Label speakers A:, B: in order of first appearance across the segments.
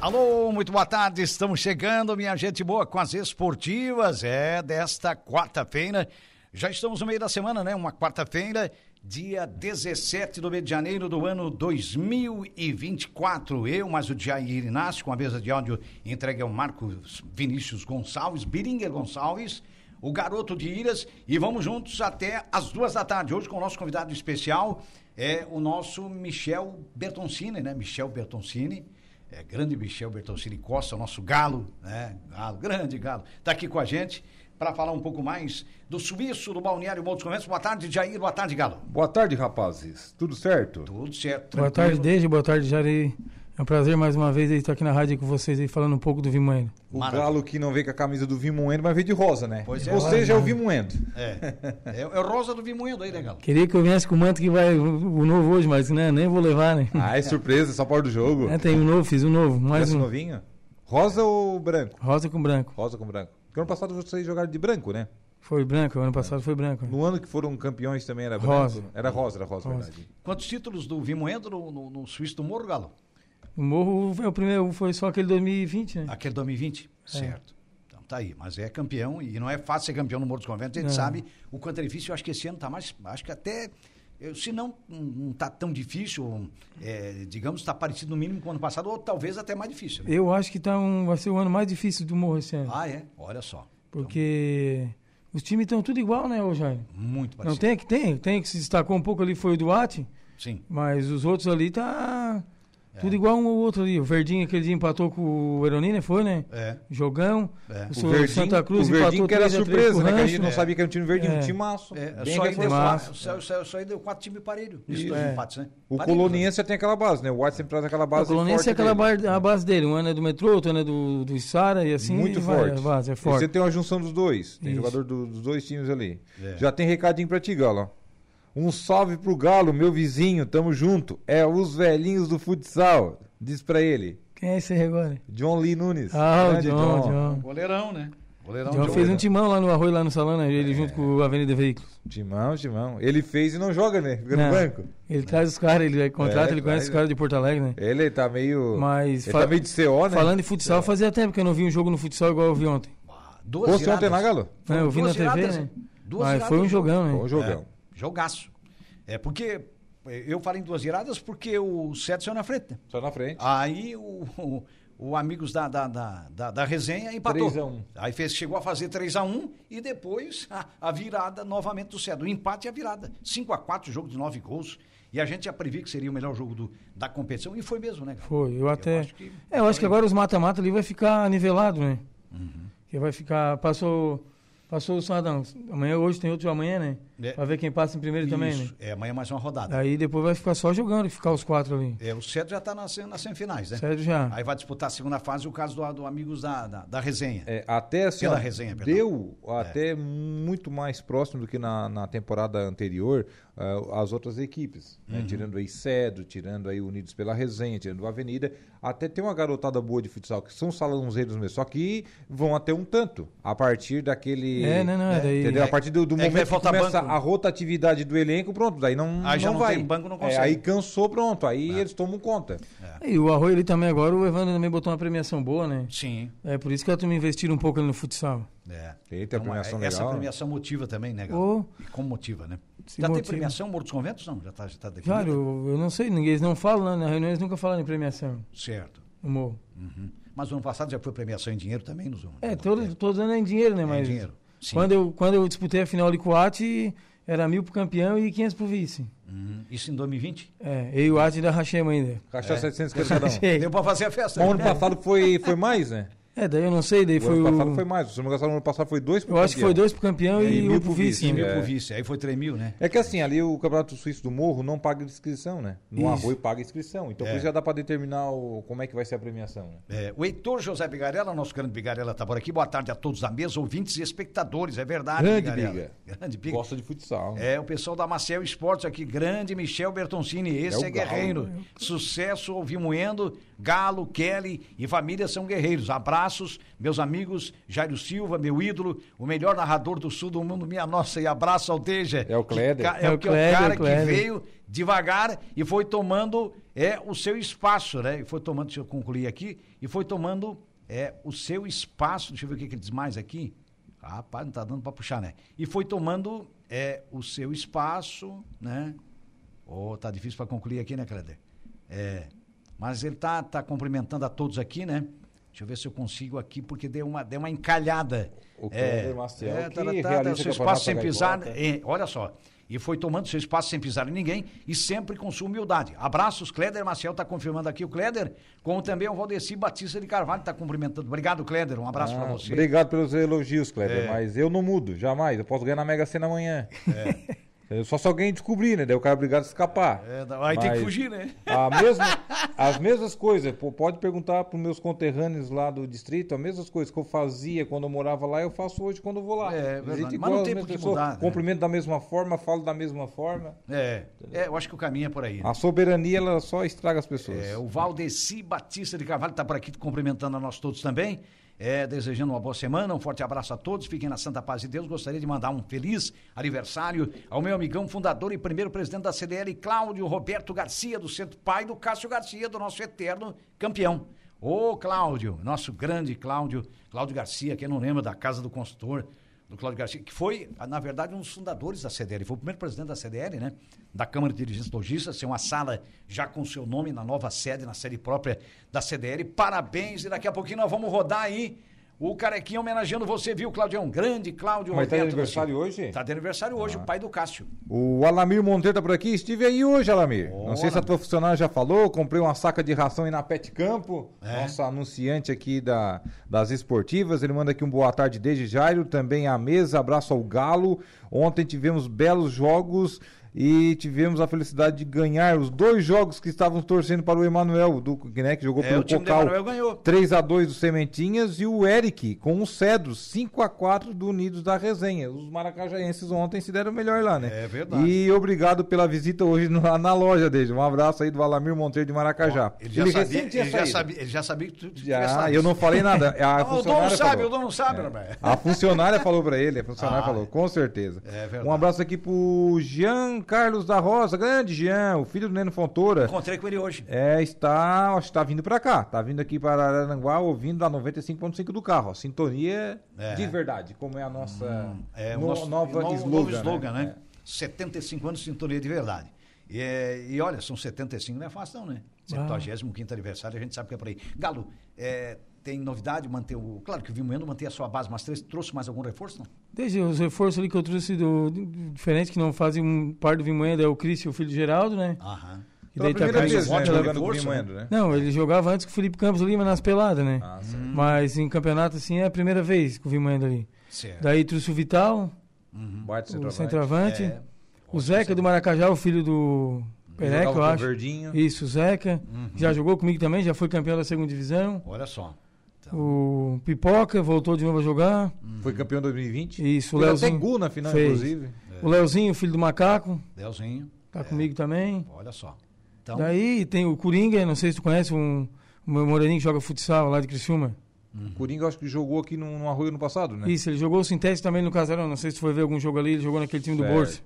A: Alô, muito boa tarde. Estamos chegando, minha gente boa, com as esportivas. É desta quarta-feira. Já estamos no meio da semana, né? Uma quarta-feira, dia 17 do mês de janeiro do ano 2024. Eu, mais o Jair Inácio, com a mesa de áudio entregue ao Marcos Vinícius Gonçalves, Biringer Gonçalves, o garoto de Iras. E vamos juntos até as duas da tarde. Hoje, com o nosso convidado especial, é o nosso Michel Bertoncini, né? Michel Bertoncini. É, grande Michel Bertoncini Costa, o nosso galo, né? Galo, grande galo, está aqui com a gente para falar um pouco mais do suíço do Balneário Montes Conventos. Boa tarde, Jair. Boa tarde, Galo.
B: Boa tarde, rapazes. Tudo certo?
A: Tudo certo.
C: Boa tarde, Deide. Boa tarde, Jari. É um prazer mais uma vez aí estar aqui na rádio com vocês aí falando um pouco do Vimoeiro.
B: O
A: Maravilha.
B: galo que não veio com a camisa do Vimoendo, mas veio de rosa, né?
A: Pois é.
B: Ou seja, é o Vimoendo.
A: É, é o Rosa do Vimuendo aí, né, Galo?
C: Queria que eu viesse com o manto que vai o novo hoje, mas né, nem vou levar, né?
B: Ah, é surpresa, só por do jogo.
C: É, tem um novo, fiz um novo, mais
B: Esse
C: um.
B: novinho? Rosa ou branco?
C: Rosa com branco.
B: Rosa com branco. Porque ano passado vocês jogaram de branco, né?
C: Foi branco, ano passado foi branco.
B: No ano que foram campeões também era branco.
C: Rosa.
B: Era rosa, era rosa,
C: Rosa.
B: verdade.
A: Quantos títulos do Vimuendo no, no, no suíço do Morro, Galo?
C: O morro foi o primeiro, foi só aquele 2020, né?
A: Aquele 2020? Certo. Então tá aí, mas é campeão e não é fácil ser campeão no Morro dos Conventos, a gente
C: Não.
A: sabe o quanto é difícil, eu acho que esse ano tá mais, acho que até, eu- se não, não tá tão difícil, é, digamos, tá parecido no mínimo com o ano passado, ou talvez até mais difícil, né?
C: Eu acho que tá um, vai ser o ano mais difícil do morro esse ano.
A: Ah, é? Olha só.
B: então.
C: porque os times estão tudo igual, né, ô Jair?
A: Muito
C: Não
A: parecido.
C: tem que tem, tem que se destacou um pouco ali foi o Duarte.
A: Sim.
C: Mas os outros ali tá
B: É.
C: tudo igual um ao outro ali. O Verdinho aquele dia empatou com o Eronina, foi, né?
A: É.
C: Jogão.
A: É.
C: O, Santa Cruz
B: o Verdinho
C: empatou
B: que era
C: 3 a 3
B: surpresa,
C: com o
B: né? Que a
C: Rancho.
B: gente não sabia que era um time verdinho,
C: É.
B: um timaço.
A: É,
B: bem
A: só, aí deu
B: reforçado.
A: quatro, só, só, só aí deu quatro times parelho.
B: Isso.
A: Nesses dois
C: É.
A: empates, né?
B: O
A: Parelho,
B: Coloniense já tem aquela base, né? O White sempre traz aquela base
C: o Colonense
B: forte
C: é aquela
B: dele.
C: base, a base dele. Um ano é do metrô, outro ano é do, do Sara e assim.
B: Muito
C: e vai,
B: forte.
C: a base é
B: E
C: forte.
B: Você tem uma junção dos dois. Tem
C: Isso.
B: jogador do- dos dois times ali.
A: É.
B: Já tem recadinho pra ti, Galo. Um salve pro Galo, meu vizinho, tamo junto. É os velhinhos do futsal. Diz pra ele.
C: Quem é esse aí agora?
B: John Lee Nunes. É,
C: Ah, o
B: Grande
C: John, John.
A: Goleirão, né? Goleirão.
C: John
A: de
C: fez
A: ouro.
C: um timão lá no Arroio, lá no Salão, né?
B: É.
C: Ele junto com o Avenida Veículos.
B: Timão, Timão. Ele fez e não joga, né? Fica
C: Não.
B: no banco.
C: Ele traz os caras, ele contrata,
B: É,
C: ele conhece
B: traz,
C: os caras de Porto Alegre, né?
B: Ele tá meio.
C: Mas
B: ele
C: fa-
B: tá meio de CO, né?
C: Falando de futsal, fazia tempo que eu não vi um jogo no futsal igual eu vi ontem.
A: Ah, Duas
B: Você ontem
A: iradas.
B: lá, Galo?
C: Não, eu vi na
A: Duas
C: TV,
A: iradas,
C: né?
A: Duas
C: Mas
A: iradas
C: foi um
A: no jogo.
C: jogão,
B: Bom
C: né?
B: jogão.
A: É, Jogaço. É porque eh, eu falei em duas iradas porque o Sete saiu na frente. né?
B: Só na frente.
A: Aí o, o, o amigos da, da, da, da, da resenha empatou.
B: 3 a 1.
A: Aí fez, chegou a fazer 3x1 e depois a, a virada novamente do Cedo. O empate e a virada. 5x4, jogo de nove gols. E a gente já previa que seria o melhor jogo do, da competição. E foi mesmo, né, Galo?
C: Foi, eu até.
A: acho que-
C: É, eu acho que agora os mata-mata ali vai ficar nivelado, né?
A: Uhum.
C: Que vai ficar. Passou. Passou o Sardão. Amanhã, hoje tem outro amanhã, né?
A: É.
C: Pra ver quem passa em primeiro também, né?
A: Isso. É, amanhã mais uma rodada.
C: Aí depois vai ficar só jogando, ficar os quatro ali.
A: É, o Cedo já está nas, sem- nas semifinais, né?
C: Sério já. tá.
A: Aí vai disputar a segunda fase o caso do, do amigos da, da, da resenha.
B: É, até assim,
A: Pela
B: ó,
A: resenha, perdão. É.
B: deu até muito mais próximo do que na, na temporada anterior ah, as outras equipes, né?
A: Uhum.
B: tirando aí Cedo, tirando aí Unidos pela Resenha, tirando a Avenida, até tem uma garotada boa de futsal que são salãozeiros mesmo, só que vão até um tanto a partir daquele,
C: É, não, não,
A: né,
C: é daí-
B: entendeu? A partir do, do
A: É que vai
B: momento que
A: faltar
B: começa
A: banco.
B: a rotatividade do elenco, pronto, daí não,
A: Aí já não
B: vai,
A: tem banco, não
B: É,
A: consegue. É.
B: aí cansou, pronto, aí eles tomam conta.
C: E o Arroio ali também agora, o Evandro também botou uma premiação boa, né?
A: Sim.
C: É por isso que eu tô me investindo um pouco ali no futsal.
A: É.
B: Eita, premiação
A: essa
B: legal, né?
A: premiação motiva também, né, Galo?
C: Ô.
A: E como motiva, né?
C: Oh. Se
A: já tem
C: motiva.
A: premiação Morro dos Conventos? Não, já está já tá definido.
C: Claro, eu, eu não sei, ninguém eles não falam, né? Na reunião eles nunca falaram em premiação.
A: Certo. Uhum.
C: O morro.
A: Mas no ano passado já foi premiação em dinheiro também, nos no-
C: É, todos, todos anos é em dinheiro, né?
A: em
C: Mas
A: dinheiro, sim.
C: Quando eu, quando eu disputei a final ali com o Ati, era mil pro campeão e 500 pro vice.
A: Hum, Isso em 2020?
C: É, eu e o Ati da Rachema ainda.
A: é.
B: Caixão 700 cada um.
C: Achei.
A: Deu para fazer a festa. É,
B: Mas ano passado foi, foi mais, né?
C: É, daí eu não sei, daí
B: O
C: foi
B: ano
C: o.
B: passado foi mais. Se não me engano, no ano passado foi dois pro
C: Eu acho que
B: campeão.
C: foi dois pro campeão
B: É, e
C: e
B: mil
C: um pro
B: pro
C: vice.
B: vice,
A: mil
C: né?
A: pro vice, aí foi 3 mil, né?
B: É que assim, ali o Campeonato Suíço do Morro não paga inscrição, né? No
A: Isso.
B: arroio paga inscrição. Então
A: É.
B: por isso já dá pra determinar o- como é que vai ser a premiação, né?
A: É, o Heitor José Bigarella, nosso grande Bigarella, está por aqui. Boa tarde a todos da mesa, ouvintes e espectadores, é verdade.
B: Grande
A: Bigarella. Grande Biga.
B: Gosta de futsal. né?
A: É, o pessoal da Maciel Esportes aqui, grande Michel Bertoncini, esse
B: É
A: é,
B: o Galo.
A: guerreiro. Sucesso ao Vimoendo, Galo, Kelly e família são guerreiros. Abraços, meus amigos, Jairo Silva, meu ídolo, o melhor narrador do sul do mundo, minha nossa, e abraço ao Teja.
B: É o
A: Que
B: Kleber.
A: ca- É,
C: É
A: o
C: o
A: que- é o
C: Kleber,
A: cara
C: é o Kleber.
A: que veio devagar e foi tomando é, o seu espaço, né? E foi tomando, deixa eu concluir aqui, e foi tomando é, o seu espaço, deixa eu ver o que, que ele diz mais aqui. Rapaz, não tá dando para puxar, né? E foi tomando é, o seu espaço, né? Oh, tá difícil para concluir aqui, né, Kleber? É, mas ele tá, tá cumprimentando a todos aqui, né? Deixa eu ver se eu consigo aqui, porque deu uma, deu uma encalhada. É,
B: O Kleber Maciel, que
A: tá, tá, tá,
B: realiza o
A: seu
B: Campeonato
A: espaço sem
B: Gaivota.
A: pisar, é, olha só. E foi tomando seu espaço sem pisar em ninguém e sempre com sua humildade. Abraços, Cléder Maciel está confirmando aqui o Cléder, como também o Valdeci Batista de Carvalho está cumprimentando. Obrigado, Cléder, um abraço para
B: Ah,
A: você.
B: Obrigado pelos elogios, Kleber,
A: É.
B: mas eu não mudo, jamais. Eu posso ganhar na Mega Sena amanhã. É, Só se alguém descobrir, né? Daí o cara é obrigado a escapar.
A: É, da- aí tem que
B: Mas
A: fugir, né?
B: a mesma- as mesmas coisas, pô, pode perguntar pros meus conterrâneos lá do distrito, as mesmas coisas que eu fazia quando eu morava lá, eu faço hoje quando eu vou lá.
A: É, é
B: Visito
A: verdade.
B: igual
A: Mas não
B: as
A: tem por
B: mesmas
A: que
B: pessoas,
A: mudar, né?
B: Cumprimento da mesma forma, falo da mesma forma.
A: É, é, eu acho que o caminho é por aí. né?
B: A soberania, ela só estraga as pessoas.
A: É, o Valdeci Batista de Carvalho está por aqui cumprimentando a nós todos também. É, desejando uma boa semana, um forte abraço a todos, fiquem na Santa Paz de Deus. Gostaria de mandar um feliz aniversário ao meu amigão, fundador e primeiro presidente da CDL, Cláudio Roberto Garcia, do Centro Pai do Cássio Garcia, do nosso eterno campeão. Ô Cláudio, nosso grande Cláudio, Cláudio Garcia, quem não lembra da Casa do Consultor, do Cláudio Garcia, que foi, ah, na verdade, um dos fundadores da CDL, foi o primeiro presidente da CDL, né? Da Câmara de Dirigentes Logistas, tem uma sala já com seu nome na nova sede, na sede própria da CDL. Parabéns, e daqui a pouquinho nós vamos rodar aí o Carequinha homenageando você, viu, Cláudio? É um grande Cláudio
B: Mas tá de
A: Roberto
B: aniversário
A: Garcia.
B: hoje? Ah.
A: Tá de aniversário hoje, o pai do Cássio.
B: O Alamir Monteiro tá por aqui. Estive aí hoje, Alamir. Não sei se a tua funcionária já falou. Comprei uma saca de ração aí na Pet Campo.
A: É?
B: Nossa anunciante aqui da, das esportivas. Ele manda aqui um boa tarde desde Jairo. Também à mesa. Abraço ao Galo. Ontem tivemos belos jogos e tivemos a felicidade de ganhar os dois jogos que estavam torcendo para o Emanuel, do, né, que jogou
A: É,
B: pelo
A: o time do
B: Cocal.
A: Emanuel ganhou.
B: 3x2 do Sementinhas e o Eric com um o Cedro, 5x4 do Unidos da Resenha. Os maracajaenses ontem se deram melhor lá, né?
A: É verdade.
B: E obrigado pela visita hoje na, na loja dele. Um abraço aí do Alamir Monteiro de Maracajá. recém Tá. tinha
A: ele, já
B: saído.
A: sabia, ele já sabia que tu, tu
B: Já,
A: tinha saído.
B: eu não falei nada. A
A: Ah, o
B: funcionária
A: dono sabe,
B: falou. É.
A: o dono sabe, Roberto.
B: A funcionária falou pra ele, a funcionária
A: Ah,
B: falou, com certeza.
A: É verdade.
B: um abraço aqui pro Jean Carlos da Rosa, grande Jean, o filho do Neno Fontoura.
A: Encontrei com ele hoje.
B: É, está, está vindo para cá, está vindo aqui para Araranguá, ouvindo da 95.5 do carro, ó. sintonia
A: É.
B: de verdade, como é a nossa
A: É, o
B: no-
A: nosso
B: nova
A: no-
B: slogan,
A: novo slogan,
B: né?
A: né? 75 anos de sintonia de verdade. E, é, e olha, são 75, não é fácil não, né?
B: Ah.
A: 75 aniversário, a gente sabe que é por aí. Galo, é, tem novidade? Manter o, claro que o Vimoendo manter a sua base, mas três- trouxe mais algum reforço, não?
C: Desde os reforços ali que eu trouxe do, diferente, que não fazem um par do Vimoeda, é o Cris e o filho do Geraldo, né?
A: Aham.
C: E daí tá
B: Ah, Pela primeira
C: caindo
B: vez,
C: um
B: né,
C: monte de
B: jogando com o
A: reforço,
B: Vimoendo, né?
C: Não, ele jogava antes com o Felipe Campos ali, mas nas peladas, né?
B: Ah, certo.
C: Mas em campeonato, assim, é a primeira vez que o Vimoeda
B: É.
C: ali.
A: Certo.
C: Daí trouxe o Vital,
B: Baita
C: né? Uhum. o
B: centroavante.
C: centroavante,
A: É.
C: o Zeca do Maracajá, o filho do Pereca,
B: Jogava com
C: eu
B: o
C: acho.
B: Verdinho. Uhum.
C: Isso, o Zeca. Já jogou comigo também, já foi campeão da segunda divisão.
A: Olha só.
C: O Pipoca voltou de novo a jogar.
B: Foi campeão em 2020.
C: Isso, o
B: Fez até
C: Leozinho
B: gol na final,
C: fez.
B: inclusive.
C: O Leozinho, filho do Macaco,
A: Delzinho,
C: tá
B: É.
C: comigo também.
A: olha só. Então,
C: Daí tem o Coringa, não sei se tu conhece, um, um moreninho que joga futsal lá de Criciúma.
A: Uhum.
B: O Coringa, eu acho que jogou aqui num, num arroio no passado, né?
C: Isso, ele jogou o sintético também no Casarão, não sei se tu foi ver algum jogo ali, ele jogou naquele time
B: Certo.
C: do Borsa.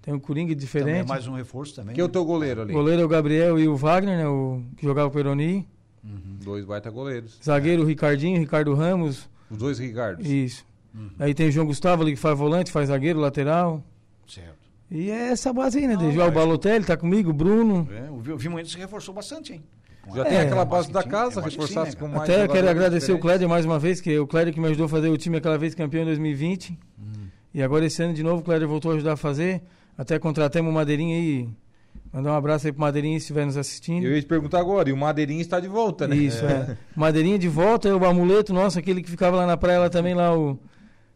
C: Tem o Coringa
A: uhum. também é
C: diferente.
A: mais um reforço também.
B: Que é o teu goleiro ali?
C: O goleiro é o Gabriel e o Wagner, né, o, que jogava com o Ironi.
B: Dois baita goleiros.
C: Zagueiro, o Ricardinho, Ricardo Ramos,
B: Os dois Ricardos.
C: isso.
B: Uhum.
C: Aí tem o João Gustavo ali que faz volante, faz zagueiro, lateral.
A: né? Certo.
C: E é essa base aí, né? Desde o Balotelli tá comigo, o Bruno.
A: É, o Vi- o Vimoendo se reforçou bastante, hein?
B: Já tem
C: É.
B: aquela base da
A: Marketing,
B: casa,
A: eu acho que sim,
B: reforçasse
A: né,
B: com
A: cara?
B: mais
C: Até
B: jogadores
C: quero agradecer o
B: diferentes.
C: Cléder mais uma vez, que é o Cléder que me ajudou a fazer o time aquela vez campeão em 2020.
B: Hum.
C: E agora esse ano de novo o Cléder voltou a ajudar a fazer. Até contratamos o Madeirinha aí, Mandar um abraço aí pro Madeirinha, se estiver nos assistindo.
B: Eu ia te perguntar agora, e o Madeirinha está de volta, né?
C: Isso, é. Madeirinha de volta, e o amuleto nosso, aquele que ficava lá na praia, lá também, lá o.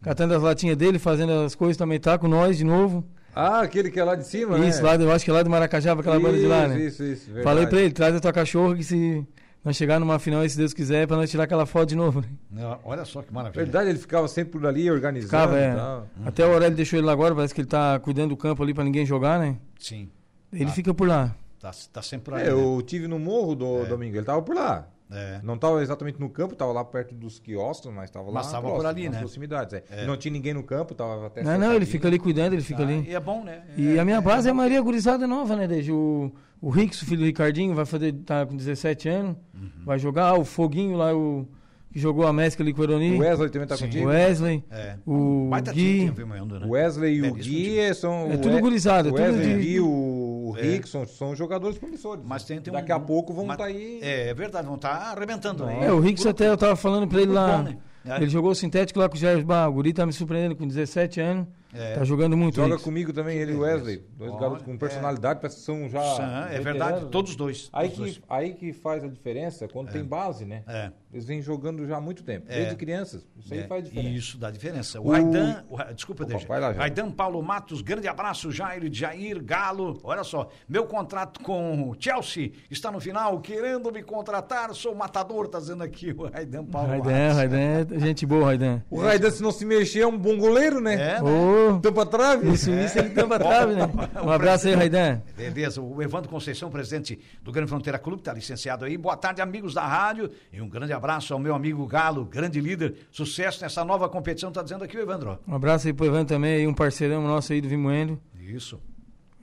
C: Catando as latinhas dele, fazendo as coisas, também tá com nós de novo.
B: Ah, aquele que é lá de cima,
C: Isso,
B: né?
C: lá, eu acho que é lá do Maracajá, pra aquela banda de lá, né?
B: Isso, isso, isso.
C: Falei pra
B: verdade.
C: ele, traz a tua cachorra que se nós chegar numa final, e se Deus quiser, é pra nós tirar aquela foto de novo. Né?
A: Não, Olha só que maravilha.
B: Verdade, ele ficava sempre por ali organizando
C: Ficava,
B: e
C: é.
B: tal.
C: Até o Aurélio deixou ele lá agora, parece que ele tá cuidando do campo ali pra ninguém jogar, né?
A: Sim.
C: Ele
A: Ah.
C: fica por lá.
A: Tá, tá sempre por aí.
B: É, eu tive no morro do domingo, ele tava por lá.
A: né? É.
B: Não tava exatamente no campo, tava lá perto dos quiosques, mas tava lá
A: Mas tava por
B: próximo,
A: ali,
B: nas
A: né?
B: proximidades. é. Não tinha ninguém no campo, tava até
C: não, não, ele
B: cercadinho.
C: fica ali cuidando, ele fica
A: Ah,
C: ali.
A: E é bom, né?
C: E
A: É,
C: a minha base é a maioria gurizada nova, né, desde o, o Rix, o filho do Ricardinho, vai fazer, tá com 17 anos,
B: Uhum.
C: vai jogar, Ah, o Foguinho lá, o que jogou a mescla ali com o Eroni,
B: O Wesley também tá
A: Sim.
C: o
B: contigo?
C: Wesley,
A: É.
C: o
A: Baita time
C: Gui,
A: que vem moendo, né?
B: O Wesley e o
A: Belíssimo
B: Gui
A: time. É.
B: são.
C: É
B: o
C: tudo
B: We-
C: gurizada,
B: O
C: tudo
B: Wesley, o
C: de-
B: Gui, o Rickson são jogadores promissores.
A: Mas tem, tem um-
B: Daqui a pouco vão
A: mas-
B: estar aí.
A: É, é verdade, vão estar arrebentando. né?
C: é, o Rix até eu tava falando pra ele
A: Muito
C: lá,
A: bom, né? É.
C: ele jogou o sintético lá com o Jair Bar, o guri tá me surpreendendo com 17 anos,
A: É.
C: tá jogando muito.
B: Joga
C: Rix.
B: comigo também, ele e o Wesley. Dois
A: Olha,
B: garotos com personalidade, parece que são já.
A: Sam, É
B: veteranos,
A: verdade,
B: né?
A: todos dois.
B: Aí
A: todos
B: que, aí que faz a diferença quando tem base, né?
A: dois. É.
B: Eles vêm jogando já há muito tempo,
A: É.
B: desde crianças. Isso aí
A: É,
B: faz diferença.
A: e Isso dá diferença. O,
B: O-
A: Aidan, o Ra- desculpa, deixa.
B: vai lá, Jair.
A: Aidan Paulo Matos, grande abraço, Jair, Jair Galo. Olha só, meu contrato com o Chelsea está no final, querendo me contratar, sou matador, tá dizendo aqui o Aidan Paulo
C: Raidan,
A: Matos.
C: Raidan, é gente boa, Raidan.
B: O Raidan, se não se mexer, é um bom goleiro, né?
A: É, né? É.
C: Ô,
B: Tampa a trave.
C: isso, isso ele tampa a trave, né? Um abraço aí, Raidan.
A: Beleza, o Evandro Conceição, presidente do Grande Fronteira Clube, está licenciado aí. Boa tarde, amigos da rádio, e um grande abraço ao meu amigo Galo, grande líder, sucesso nessa nova competição, tá dizendo aqui o Evandro.
C: Um abraço aí pro Evandro também, aí um parceirão nosso aí do Vimoendo.
A: Isso.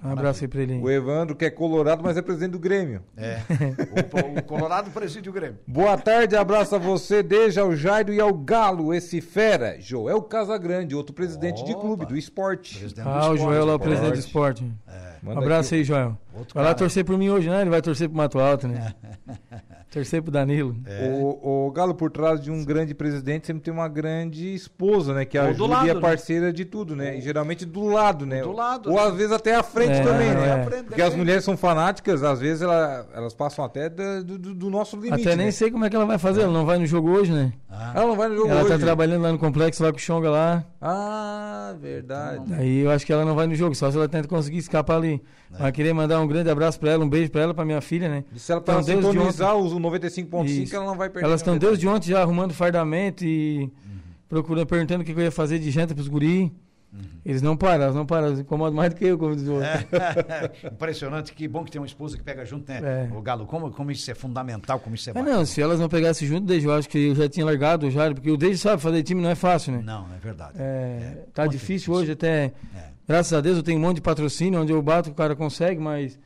C: Um abraço aí pra ele. aí.
B: O Evandro, que é colorado, mas é presidente do Grêmio.
A: É. O, o Colorado preside o Grêmio.
B: Boa tarde, abraço a você, desde ao Jairo e ao Galo, esse fera, Joel Casagrande, outro presidente de
A: Opa.
B: clube, do esporte.
A: Presidente do
C: Ah, o
A: esporte,
C: Joel lá, o
A: pô.
C: presidente do esporte. Um
B: Manda
C: abraço
B: aqui.
C: aí, Joel.
A: né? É. Outro
C: Vai lá
A: cara.
C: torcer por mim hoje, né? Ele vai torcer pro Mato Alto, né? torcer pro Danilo.
A: É.
B: O, o Galo, por trás de um grande presidente, sempre tem uma grande esposa, né? Que
A: do
B: ajuda
A: lado,
B: e é
A: né?
B: parceira de tudo, né? E geralmente do lado, né?
A: Do lado,
B: Ou
A: né?
B: às vezes até à frente
C: É,
B: também,
C: é.
B: né?
A: Frente,
B: Porque as
A: frente.
B: mulheres são fanáticas, às vezes ela- elas passam até da- do, do- do nosso limite.
C: Até nem
B: né?
C: sei como é que ela vai fazer, ela não vai no jogo hoje, né?
B: Ela não vai no jogo
C: ela tá
B: hoje.
C: trabalhando lá no complexo, lá com o Xonga lá.
B: Ah, verdade.
C: Aí eu acho que ela não vai no jogo, só se ela tenta conseguir escapar ali. Mas queria mandar um grande abraço pra ela, um beijo pra ela, pra minha filha, né?
B: É. E se ela tá
C: Então, desde
B: sintonizar os
C: Isso.
B: 95.5, ela não vai perder. Uhum.
C: Elas estão
B: nenhum
C: desde ontem já arrumando fardamento e procurando, perguntando o que que eu ia fazer de janta pros guri.
B: Uhum.
C: Eles não param, elas não param, elas incomodam mais do que eu, como diz o outro.
B: É.
A: É, Impressionante, que bom que tem uma esposa que pega junto, né?
C: É.
A: O Galo, como, como isso é fundamental, como isso é
C: Mas
A: bacana.
C: não, se elas não pegassem junto, desde eu acho que eu já tinha largado o Jairo, porque o desde sabe, fazer time não é fácil, né?
A: Não, é verdade.
C: É,
A: É,
C: tá
A: muito
C: difícil, hoje até. Graças a Deus eu tenho um monte de patrocínio, onde eu bato o cara consegue, mas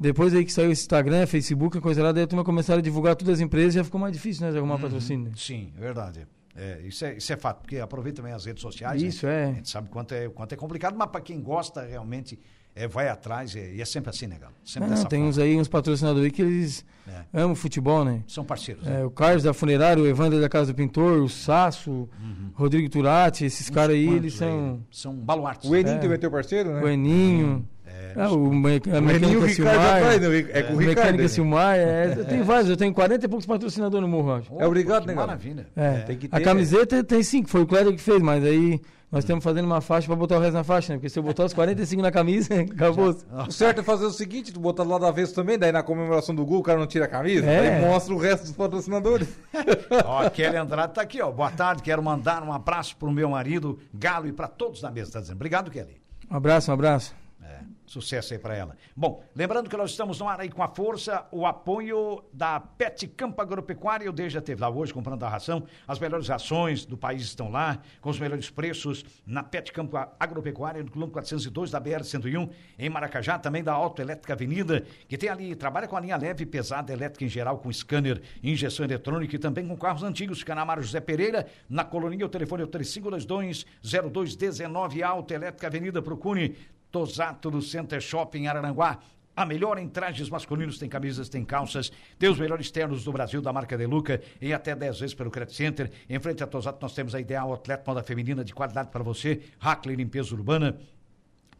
C: depois aí que saiu esse Instagram, Facebook, coisa lá, daí a turma começaram a divulgar todas as empresas e já ficou mais difícil, né, de
B: Uhum.
C: arrumar patrocínio. né?
A: Sim, é verdade. É, isso, é, isso é fato, porque aproveita também as redes sociais.
C: Isso,
A: né?
C: é.
A: A gente sabe quanto é, o quanto é complicado, mas para quem gosta realmente é, vai atrás. é- e é sempre assim, né, Galo? Sempre
C: Não,
A: dessa
C: Ah, tem
A: forma.
C: uns é- aí, uns patrocinadores aí que eles
A: É.
C: amam futebol, né?
A: São parceiros. né?
C: É, o Carlos da Funerária, o Evandro da Casa do Pintor, o Sasso,
B: Uhum.
C: Rodrigo Turati, esses caras aí, eles
A: Quantos aí,
C: são.
A: né? São baluartes.
B: O Eninho também é teu parceiro, né? É.
C: O Eninho. ah, o, me,
B: O
C: a
B: Eninho e o
C: Mecânica
B: Ricardo
C: Silmar.
B: atrás, né? O Ri- é com o Ricardo,
C: Mecânica
B: né?
C: Silmar. É, eu tenho vários, eu tenho 40 e poucos patrocinadores no Morro, eu acho.
A: Opa,
B: É obrigado,
A: que
B: né, Galo?
A: Maravilha.
C: É.
B: tem que
C: a
B: ter, né? Hum.
C: camiseta tem cinco, foi o Cléber que fez, mas aí nós estamos fazendo uma faixa para botar o resto na faixa, né? Porque se eu botar os 45 na camisa, acabou.
B: O certo é fazer o seguinte, tu botar do lado avesso também, daí na comemoração do gol o cara não tira a camisa, daí
C: É.
B: mostra o resto dos patrocinadores.
A: Ó, a Kelly Andrade tá aqui, ó. Boa tarde, quero mandar um abraço pro meu marido, Galo, e para todos na mesa, tá dizendo. Obrigado, Kelly.
C: Um abraço, um abraço.
A: É, sucesso aí para ela. Bom, lembrando que nós estamos no ar aí com a força, o apoio da Pet Campo Agropecuária. Eu desde já esteve lá hoje comprando a ração. As melhores rações do país estão lá, com os melhores preços na Pet Campo A- Agropecuária, no quilômetro 402 da BR-101, em Maracajá, também da Autoelétrica Avenida, que tem ali, trabalha com a linha leve e pesada elétrica em geral, com scanner, injeção eletrônica e também com carros antigos. Canamaro José Pereira, na colonia, o telefone é o 3522-0219, Autoelétrica Avenida, procure. Tosato no Center Shopping Araranguá. A melhor em trajes masculinos, tem camisas, tem calças, tem os melhores ternos do Brasil, da marca Deluca, em até 10 vezes pelo Credit Center. Em frente a Tosato, nós temos a ideal atleta moda feminina de qualidade para você, Hackley Limpeza Urbana,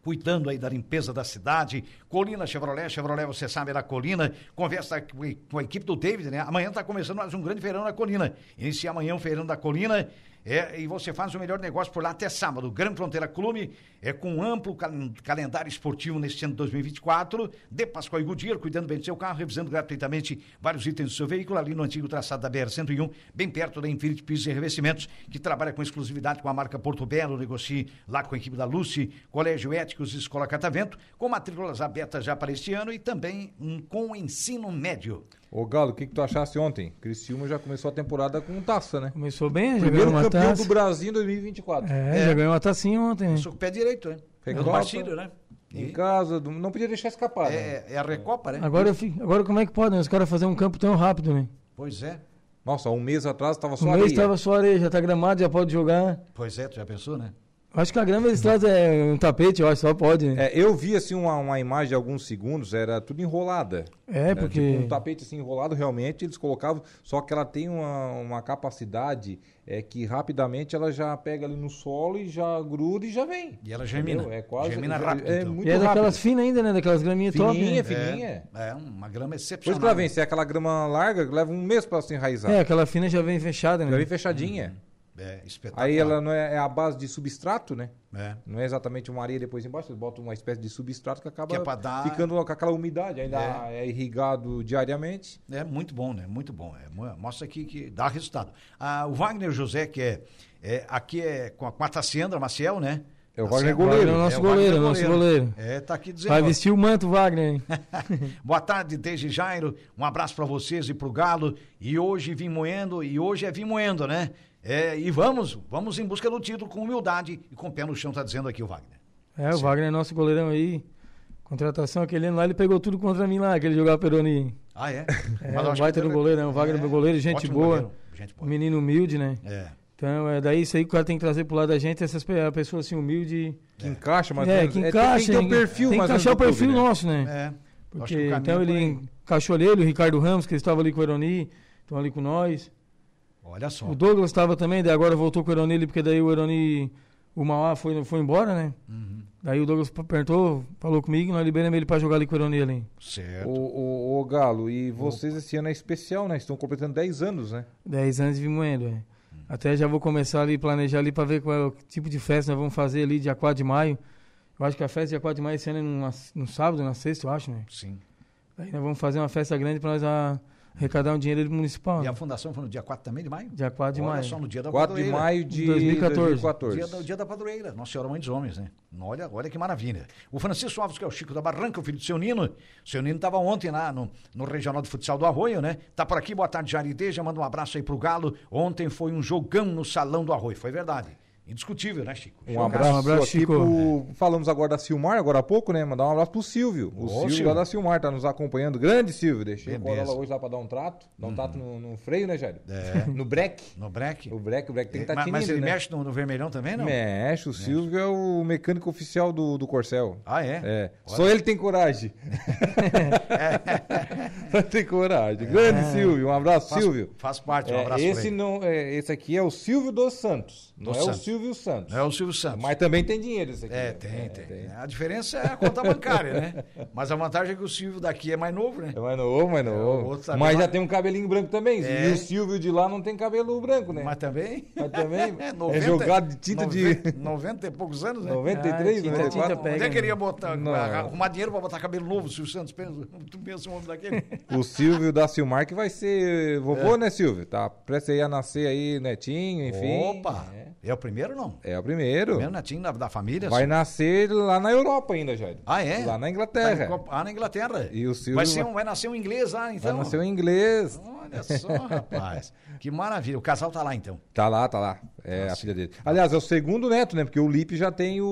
A: cuidando aí da limpeza da cidade. Colina Chevrolet, Chevrolet, você sabe, é na Colina. Conversa com a- com a equipe do David, né? Amanhã está começando mais um grande feirão na Colina. Inicia amanhã o feirão da Colina. É, e você faz o melhor negócio por lá até sábado. Gran Fronteira Clube é com amplo cal- calendário esportivo neste ano de 2024. De Pascoal e Goodyear, cuidando bem do seu carro, revisando gratuitamente vários itens do seu veículo, ali no antigo traçado da BR-101, bem perto da Infinity Pisos e Revestimentos, que trabalha com exclusividade com a marca Porto Belo, negocie lá com a equipe da Lucy, Colégio Éticos e Escola Catavento, com matrículas abertas já para este ano e também hum, com o ensino médio.
B: Ô Galo, o que, que tu achaste ontem? Criciúma já começou a temporada com taça, né?
C: Começou bem, já ganhou
B: Primeiro
C: uma
B: campeão
C: taça.
B: do Brasil em 2024.
C: É, já ganhou uma tacinha ontem. né?
A: Sou com o pé direito, né?
B: Recopa.
A: É do partido, né?
B: Em
A: E
B: casa, do- não podia deixar escapar. né?
A: é, é a Recopa, né?
C: Agora, eu fico- agora como é que podem os caras fazer um campo tão rápido, né?
A: Pois é,
B: Nossa, um mês atrás tava só
C: Um mês
B: areia.
C: estava só areia, já tá gramado, já pode jogar.
A: pois é, tu já pensou, né?
C: Acho que a grama eles trazem é, um tapete, eu acho, só pode, né?
B: É, eu vi assim uma, uma imagem de alguns segundos, era tudo enrolada.
C: É,
B: Era
C: porque-
B: tipo um tapete assim enrolado, realmente, eles colocavam, só que ela tem uma, uma capacidade é, que rapidamente ela já pega ali no solo e já gruda e já vem.
A: E ela germina.
B: Entendeu? É quase.
A: Germina
B: é-
A: rápido. então.
B: É, muito
C: e é daquelas
B: rápido.
C: finas ainda, né? Daquelas graminhas top.
B: Fininha,
C: né?
B: fininha.
A: É, é uma grama
B: Depois
A: excepcional.
B: que ela vem, se é aquela grama larga, leva um mês pra se enraizar.
C: É, Uhum. aquela fina já vem fechada, né?
B: Já vem fechadinha.
A: É, espetacular.
B: Aí ela não é, é a base de substrato, né?
A: É.
B: Não é exatamente uma areia depois embaixo, eles botam uma espécie de substrato que acaba
A: Que é pra dar-
B: ficando com aquela umidade, ainda é, irrigado diariamente.
A: É muito bom, né? Muito bom. É, mo- mostra aqui que dá resultado. Ah, o Wagner José, que é, é- aqui é com a, com a Tassiandra Maciel, né?
B: É o
A: Tassiandra-
B: Wagner goleiro.
C: É o nosso
A: Wagner
C: goleiro, nosso goleiro.
A: É, tá aqui dizendo.
C: Vai
A: ó.
C: vestir o manto, Wagner. hein?
A: Boa tarde, desde Jairo. Um abraço pra vocês e pro Galo. E hoje vim moendo, e hoje é vim moendo, né? É, e vamos, vamos em busca do título com humildade e com o pé no chão, tá dizendo aqui o Wagner.
C: É, o Wagner é nosso goleirão aí. Contratação aquele ano lá, ele pegou tudo contra mim lá, aquele jogava Peroni.
A: Ah, é?
C: É,
A: Mas eu
C: o
A: acho
C: baita
A: que-
C: do goleiro, né? O Wagner do goleiro, gente
A: ótimo
C: boa.
A: goleiro, gente boa.
C: Um Menino humilde, né?
A: É.
C: Então, é daí isso aí que o cara tem que trazer pro lado da gente, essas pe- pessoas assim, humilde.
B: Que encaixa, mas
C: é, que encaixa.
B: tem que
C: né?
B: ter o perfil,
C: Tem que
B: mais ou menos
C: encaixar o
B: do clube,
C: perfil
B: né?
C: nosso, né?
A: É. Eu acho
C: Porque,
A: que o caminho
C: então
A: é por
C: ele
A: aí.
C: encaixou ele, o Ricardo Ramos, que estava ali com o Eroni, estão ali com nós.
A: Olha só.
C: O Douglas estava também, daí agora voltou com o Eroni, porque daí o Eroni, o Mauá foi, foi embora, né?
B: Uhum.
C: Daí o Douglas perguntou, falou comigo, nós liberamos ele para jogar ali com o Eroni ali.
A: Certo.
B: Ô, ô, ô, Galo, e vocês esse ano é especial, né? Estão completando 10 anos, né?
C: 10 anos de Vimoendo, é. Até já vou começar ali, planejar ali para ver qual é o tipo de festa nós vamos fazer ali dia 4 de maio. Eu acho que a festa dia 4 de maio esse ano é numa- num sábado, na sexta, eu acho, né?
A: Sim.
C: Aí nós vamos fazer uma festa grande para nós a- arrecadar um dinheiro ali pro municipal.
B: Ah.
A: E a
C: né?
A: fundação foi no dia 4 também de maio?
C: Dia 4 de
A: Olha
C: maio.
A: só, no dia da
B: 4 de
A: padroeira.
B: maio de
C: 2014.
B: 2014.
A: Dia da, dia da padroeira, Nossa Senhora Mãe dos Homens, né? Olha, olha que maravilha. O Francisco Alves, que é o Chico da Barranca, o filho do seu Nino. Seu Nino estava ontem lá no, no Regional de Futsal do Arroio, né? Tá por aqui, boa tarde, Jaridê. Já manda um abraço aí pro Galo. Ontem foi um jogão no Salão do Arroio, foi verdade. Indiscutível, né, Chico?
B: Um
A: Jogaço.
B: abraço,
C: Um abraço,
B: aqui
C: Chico.
B: pro- Falamos agora da Silmar, agora há pouco, né? Mandar um abraço pro Silvio. O
A: Ô,
B: Silvio,
A: Silvio.
B: lá da Silmar tá nos acompanhando. Grande Silvio, deixei o
A: Beleza. Uhum.
B: Corolla hoje lá pra dar um trato. Dar um trato no, no freio, né, Jair?
A: É.
B: No breque.
A: No break.
B: O breque, o breque tem que estar tá
A: mas, mas
B: tinindo,
A: ele
B: né?
A: mexe no, no vermelhão também, não?
B: Mexe, o Silvio é o mecânico oficial do, do Corcel.
A: Ah, é?
B: É.
A: Olha.
B: Só ele tem coragem. Só tem coragem. Grande Silvio, um abraço,
A: Faz,
B: Silvio.
A: Faz parte, um
B: É,
A: abraço pra
B: esse,
A: ele.
B: não, é, esse aqui é o Silvio dos Santos. não
A: Dos
B: é o
A: Santos.
B: Silvio Santos.
A: Não é o Silvio Santos.
B: Mas também tem dinheiro esse aqui.
A: É,
B: né?
A: tem, tem. A diferença é a conta bancária, né? Mas a vantagem é que o Silvio daqui é mais novo, né?
B: É mais novo, mais
A: o
B: novo.
A: outro sabe
B: mas
A: mais.
B: já tem um cabelinho branco também.
A: É.
B: E o Silvio de lá não tem cabelo branco, né?
A: Mas também.
B: Mas também é,
A: 90
B: jogado de tinta de
A: 90 90 e poucos anos, né?
B: 93,
C: Ah, tinta,
A: Onde-
B: 94.
C: tinta
A: Onde é
C: pega,
A: que ele ia botar,
B: né? Não.
A: arrumar dinheiro pra botar cabelo novo, Silvio Santos? Pensa, tu pensa um homem daquele?
B: O Silvio da Silmar que vai ser vovô,
A: É.
B: né, Silvio? Tá prestes aí a nascer aí, netinho, enfim.
A: Opa!
B: É,
A: É. o primeiro, não?
B: É o primeiro.
A: Primeiro netinho da, da família?
B: Vai
A: assim.
B: nascer lá na Europa ainda, Jair.
A: Ah, é?
B: Lá na
A: Tá em
B: Inglaterra.
A: Copa- Ah, na Inglaterra.
B: E o Silvio
A: vai, ser
B: vai-
A: um, vai nascer um inglês lá,
B: Vai
A: então?
B: nascer um em inglês.
A: Olha só, rapaz. Que maravilha. O casal tá lá, então.
B: Tá lá, tá lá. É a filha dele. Aliás, é o segundo neto, né? Porque o Lipe já tem o,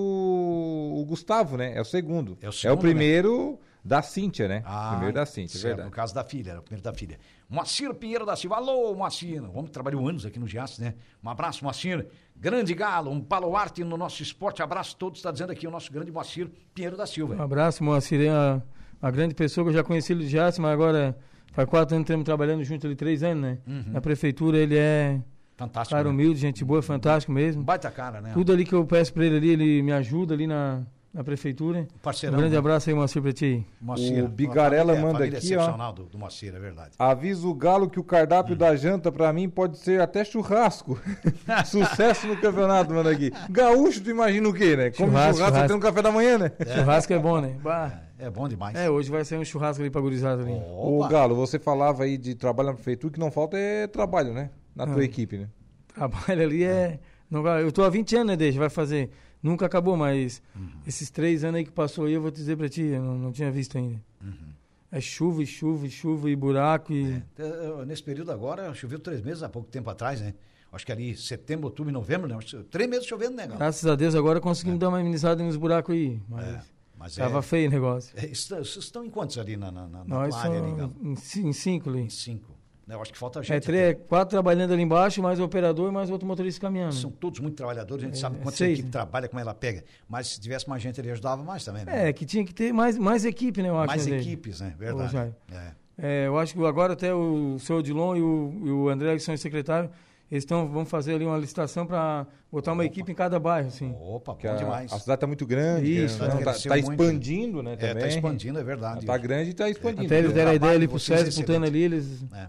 B: o Gustavo, né? É o segundo.
A: É o segundo,
B: primeiro da Cíntia, né?
A: Ah,
B: primeiro da Cíntia, é
A: certo,
B: verdade.
A: No caso da filha, era o primeiro da filha. Moacir Pinheiro da Silva. Alô, Moacir. O homem trabalhou anos aqui no Giasse, né? Um abraço, Moacir. Grande galo, um baluarte no nosso esporte. Abraço a todos. Está dizendo aqui o nosso grande Moacir Pinheiro da
C: Um
A: Silva.
C: abraço, Moacir, é uma, uma grande pessoa que eu já conheci ele de Jace, mas agora faz quatro anos que estamos trabalhando junto ali, três anos, né? Na prefeitura ele é
A: Uhum. Fantástico.
C: cara é
A: né?
C: humilde, gente boa, fantástico mesmo.
A: Um baita cara, né?
C: Tudo ali que eu peço pra ele ali, ele me ajuda ali na, na prefeitura.
A: Parceirão,
C: um grande
A: né?
C: abraço aí, Moacir, pra ti. aí.
A: Moacir.
B: O Bigarella
A: Uma família-
B: manda
A: família
B: aqui, ó.
A: excepcional do, do Moacir, é verdade.
B: Avisa o Galo que o cardápio
A: Hum.
B: da janta pra mim pode ser até churrasco. Sucesso no campeonato, mano, aqui. Gaúcho, tu imagina o quê, né? Como
C: Churrasco,
B: churrasco, churrasco.
C: churrasco.
B: até no café da manhã, né?
C: Churrasco é bom, né? Bah.
A: É bom demais.
C: É, hoje vai sair um churrasco ali pra gurizada ali.
B: Ô, Galo, você falava aí de trabalho na prefeitura, o que não falta é trabalho, né? Na
C: Ah.
B: tua equipe, né?
C: Trabalho ali é. Não, vai- eu tô há 20 anos, né, Deixa? Vai fazer. Nunca acabou, mas
A: Uhum.
C: esses três anos aí que passou aí, eu vou te dizer pra ti, eu não, não tinha visto ainda.
A: Uhum.
C: É chuva e chuva e chuva e buraco e.
A: Eh, Nesse período agora, choveu três meses há pouco tempo atrás, né? Acho que ali setembro, outubro e novembro, né? Acho que Três meses chovendo, né, Galo?
C: Graças a Deus agora conseguimos dar uma amenizada nos buracos aí. Mas
A: É, mas
C: tava
A: é-
C: feio o negócio.
A: É, está- Vocês estão em quantos ali na, na, na, na
C: Nós
A: tua área ali, né,
C: somos
A: Galo?
C: em, ci- em cinco ali.
A: Em cinco. Né, Eu acho que falta gente.
C: É, três, é quatro trabalhando ali embaixo, mais o operador e mais outro motorista caminhando.
A: São todos muito trabalhadores, a gente
C: É,
A: sabe
C: é
A: quanto a
C: seis,
A: equipe
C: né?
A: trabalha, como ela pega. Mas se tivesse mais gente, ele ajudava mais também, né?
C: É, que tinha que ter mais, mais equipe, né, eu acho.
A: mais
C: né, David?
A: equipes, né?
C: Ô, Jair.
A: Verdade. É.
C: É, eu acho que agora até o seu Odilon e o, e o André, que são os secretários, eles tão, vão fazer ali uma licitação para botar uma equipe em cada bairro, assim.
A: Opa,
B: Que
A: bom
B: a,
A: demais.
B: a cidade tá muito grande,
C: Isso,
B: né?
C: né?
B: Então tá,
A: Cresceu
B: tá
A: muito, né?
B: expandindo, né?
A: É,
B: Também.
A: tá expandindo, é verdade.
B: Tá grande e tá expandindo.
C: Até eles deram a ideia ali pro
A: Vocês é
C: César, pro Tano
A: excelente.
C: ali, eles
A: É.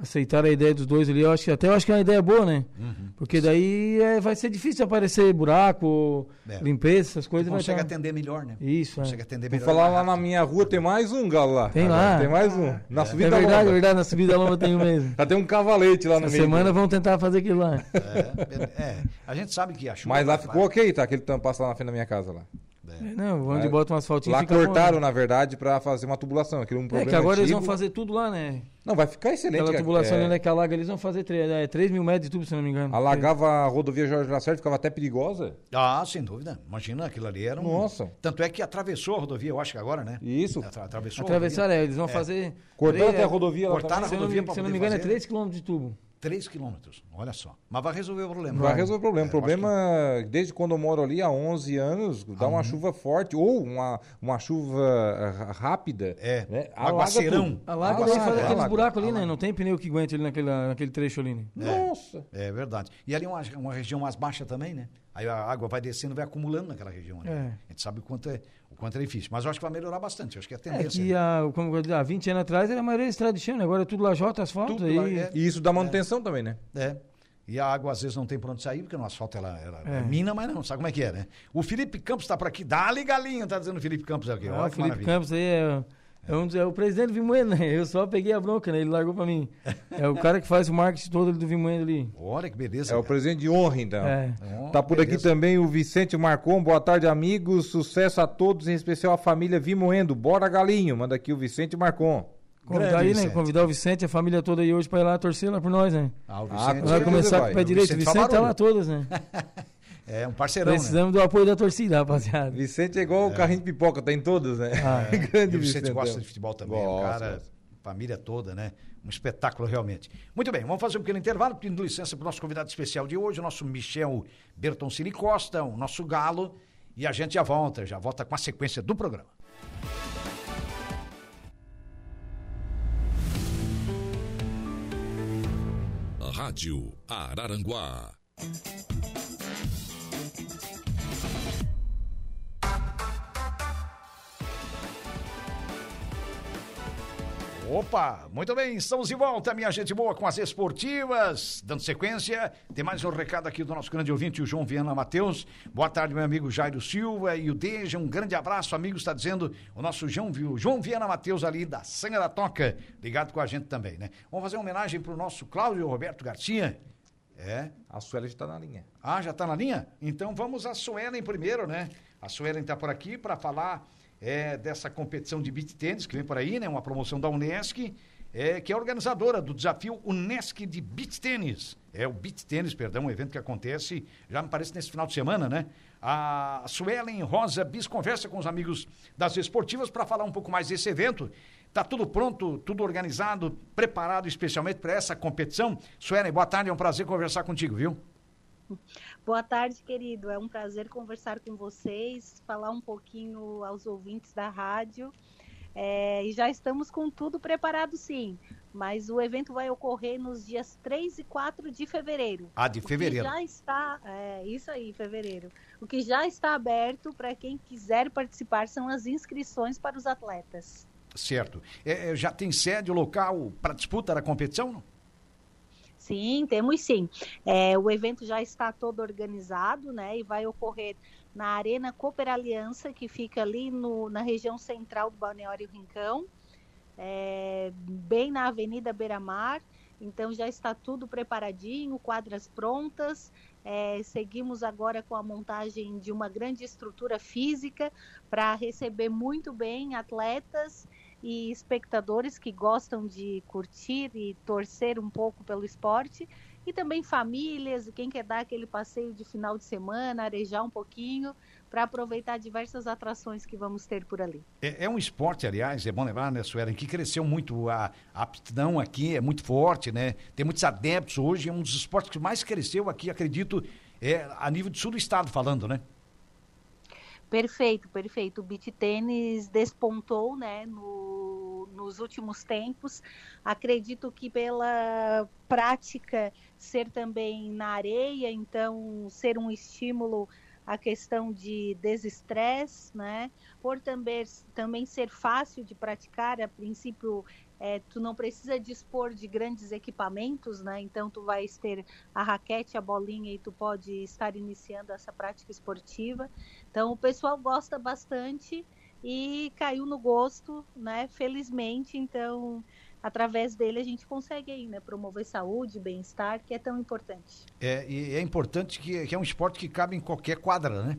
C: aceitaram a ideia dos dois ali. Eu acho que até eu acho que é uma ideia boa, né?
A: Uhum.
C: Porque daí é, vai ser difícil aparecer buraco,
A: É.
C: limpeza, essas coisas. Vai
A: Consegue
C: tá-
A: atender melhor, né?
C: Isso, é.
A: Consegue atender
B: Vou
A: melhor.
B: falar
A: e
B: lá na
A: rápido.
B: minha rua, tem mais um galo lá.
C: Tem
B: Agora,
C: lá.
B: Tem mais um.
A: Ah.
B: Na
C: É
B: subida da
C: verdade, é
B: lomba.
C: verdade, na subida da lomba tem um mesmo.
B: Já tem um cavalete lá no
C: Essa
B: meio.
C: semana vão tentar fazer aquilo lá.
A: É, é, a gente sabe que a chuva.
B: Mas lá
A: vai-
B: ficou ok, tá? Aquele tampaço lá na frente da minha casa lá.
A: É.
C: É, Não, onde
B: Lá-
C: bota um asfaltinho
B: Lá
C: fica bom, né?
B: cortaram, na verdade, pra fazer uma tubulação. Aquele um
C: É
B: problema
C: que agora eles
B: antigo.
C: vão fazer tudo lá, né?
B: Não, vai ficar excelente.
C: Aquela
B: cara.
C: tubulação
B: É,
C: ali né? naquela laga, eles vão fazer 3, mil metros de tubo, se não me engano.
B: Alagava a rodovia Jorge Lacerda, ficava até perigosa.
A: Ah, sem dúvida. Imagina, aquilo ali era um.
B: Nossa.
A: Tanto é que atravessou a rodovia, eu acho que agora, né?
B: Isso.
A: Atra- Atravessou. a
C: Atravessaram,
A: rodovia.
C: é, eles vão fazer.
B: Cortaram
C: três- é.
B: até a rodovia lá
A: Cortaram
B: também.
A: a
C: Se eu não,
A: rodovia
C: me-
A: pra
C: se eu não
A: poder
C: me engano, é
A: fazer.
C: 3 km de tubo.
A: 3 quilômetros, olha só. Mas vai resolver o problema.
B: Vai resolver o problema. O
A: É, eu acho Uhum.
B: problema, desde quando eu moro ali, há 11 anos, dá uma chuva forte ou uma, uma chuva ah, rápida.
A: É.
B: né?
A: Aguaceirão.
B: tudo.
C: A laga
B: Alaga,
C: daí faz
B: é,
C: aqueles
B: alaga.
C: buracos ali, né? Não tem pneu que aguente ali naquela, naquele trecho ali, né?
B: Nossa.
A: É verdade. E ali é uma, uma região mais baixa também, né? Aí a água vai descendo, vai acumulando naquela região. ali.
C: É.
A: A gente sabe o quanto, é, o quanto é difícil. Mas eu acho que vai melhorar bastante. Eu acho que é a
C: É
A: tendência.
C: que
A: né?
C: há, como eu disse, há 20 anos atrás era a maioria estrada de chão, né? agora é tudo lajota, asfalto.
A: Tudo
C: aí,
A: lá- é.
B: E isso dá manutenção também, né?
A: É. E a água às vezes não tem por onde sair, porque no asfalto ela, ela é. mina, mas não, sabe como é que é, né? O Felipe Campos está por aqui. Dá-lhe galinha, tá dizendo o Felipe Campos aqui.
C: Ah,
A: Olha
C: o
A: que
C: Felipe
A: maravilha.
C: Campos aí é, é um dos, é o presidente do Vimoendo, né? Eu só peguei a bronca, né? Ele largou pra mim. É o cara que faz o marketing todo ali do Vimoendo ali.
A: Olha que beleza.
B: É o
A: cara.
B: presidente de honra, então.
C: É.
A: Ó,
B: Tá por aqui
A: beleza.
B: também o Vicente Marcon. Boa tarde, amigos. Sucesso a todos, em especial a família Vimoendo. Bora, galinho. Manda aqui o Vicente Marcon.
C: Convidar
A: Grande
C: aí, né?
A: Vicente.
C: Convidar o Vicente, a família toda aí hoje pra ir lá torcer lá por nós, né?
A: Ah, o
B: Ah,
A: Vicente,
B: com
C: Vai
B: certeza
C: começar
B: vai.
C: com o pé direito.
A: O
C: O
A: Vicente
C: Vicente tá
A: Favarulho.
C: lá todas, né?
A: é um parceirão, né?
C: Precisamos do apoio da torcida, rapaziada.
B: Vicente é igual o carrinho de pipoca, tá em todas, né?
C: Ah,
B: É.
A: E
B: Grande
A: o Vicente gosta
B: Vicentão.
A: de futebol também, o
B: Gosta,
A: cara,
B: gosta.
A: família toda, né? Um espetáculo realmente. Muito bem, vamos fazer um pequeno intervalo, pedindo licença para o nosso convidado especial de hoje, o nosso Michel Bertoncini Costa, o nosso galo, e a gente já volta, já volta com a sequência do programa.
D: Rádio Araranguá.
A: Opa, muito bem, estamos de volta, minha gente boa, com as esportivas. Dando sequência, tem mais um recado aqui do nosso grande ouvinte, o João Viana Matheus. Boa tarde, meu amigo Jairo Silva e o Deja. Um grande abraço, amigo, está dizendo o nosso João, o João Viana Matheus ali da Sanga da Toca, ligado com a gente também, né? Vamos fazer uma homenagem para o nosso Cláudio Roberto Garcia. É,
B: A Sueli já tá na linha.
A: ah, já está na linha? Então vamos à Suelen primeiro, né? A Suelen está por aqui para falar é, dessa competição de beat tênis que vem por aí, né? Uma promoção da Unesc, é, que é organizadora do desafio Unesc de beat tênis. É o beat tênis, perdão, um evento que acontece, já me parece, nesse final de semana, né? A Suelen Rosa Bis conversa com os amigos das esportivas para falar um pouco mais desse evento. Tá tudo pronto, tudo organizado, preparado especialmente para essa competição. Suelen, boa tarde, é um prazer conversar contigo, viu?
E: Boa tarde, querido. É um prazer conversar com vocês, falar um pouquinho aos ouvintes da rádio. É, e já estamos com tudo preparado, sim. Mas o evento vai ocorrer nos dias 3 e 4 de fevereiro.
A: Ah, de fevereiro.
E: O que já está, é, isso aí, fevereiro. O que já está aberto para quem quiser participar são as inscrições para os atletas.
A: Certo. É, é, já tem sede local para disputa da competição? Não?
E: Sim, temos sim. É, o evento já está todo organizado, né? E vai ocorrer na Arena Cooperaliança, que fica ali no, na região central do Balneário Rincão, é, bem na Avenida Beira Mar. Então já está tudo preparadinho, quadras prontas. É, seguimos agora com a montagem de uma grande estrutura física para receber muito bem atletas e espectadores que gostam de curtir e torcer um pouco pelo esporte e também famílias e quem quer dar aquele passeio de final de semana, arejar um pouquinho para aproveitar diversas atrações que vamos ter por ali.
A: É, é um esporte, aliás, é bom lembrar, né, Suelen, que cresceu muito. A, a aptidão aqui é muito forte, né? Tem muitos adeptos hoje, é um dos esportes que mais cresceu aqui, acredito, é, a nível de sul do estado falando, né?
E: Perfeito, perfeito. O beat tênis despontou, né, no, nos últimos tempos. Acredito que pela prática ser também na areia, então ser um estímulo à questão de desestresse, né? Por também, também ser fácil de praticar, a princípio é, tu não precisa dispor de grandes equipamentos, né? Então tu vais ter a raquete, a bolinha e tu pode estar iniciando essa prática esportiva. Então o pessoal gosta bastante e caiu no gosto, né? Felizmente, então através dele a gente consegue aí, né? Promover saúde, bem-estar, que é tão importante.
A: É, e é importante que, que é um esporte que cabe em qualquer quadra, né?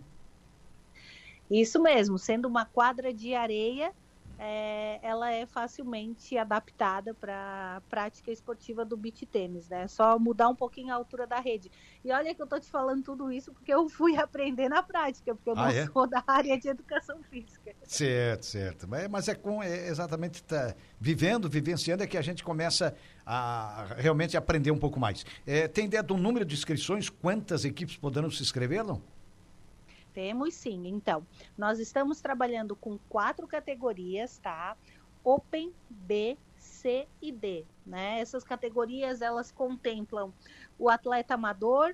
E: Isso mesmo, sendo uma quadra de areia, é, ela é facilmente adaptada para a prática esportiva do beach tênis, né? Só mudar um pouquinho a altura da rede. E olha que eu tô te falando tudo isso porque eu fui aprender na prática, porque eu
A: Ah,
E: não
A: é?
E: sou da área de educação física.
A: Certo, certo. Mas, mas é com é exatamente tá vivendo, vivenciando, é que a gente começa a realmente aprender um pouco mais. É, tem ideia do número de inscrições? Quantas equipes poderão se inscrever, não?
E: Temos sim. Então, nós estamos trabalhando com quatro categorias, tá? Open, B, C e D, né? Essas categorias elas contemplam o atleta amador,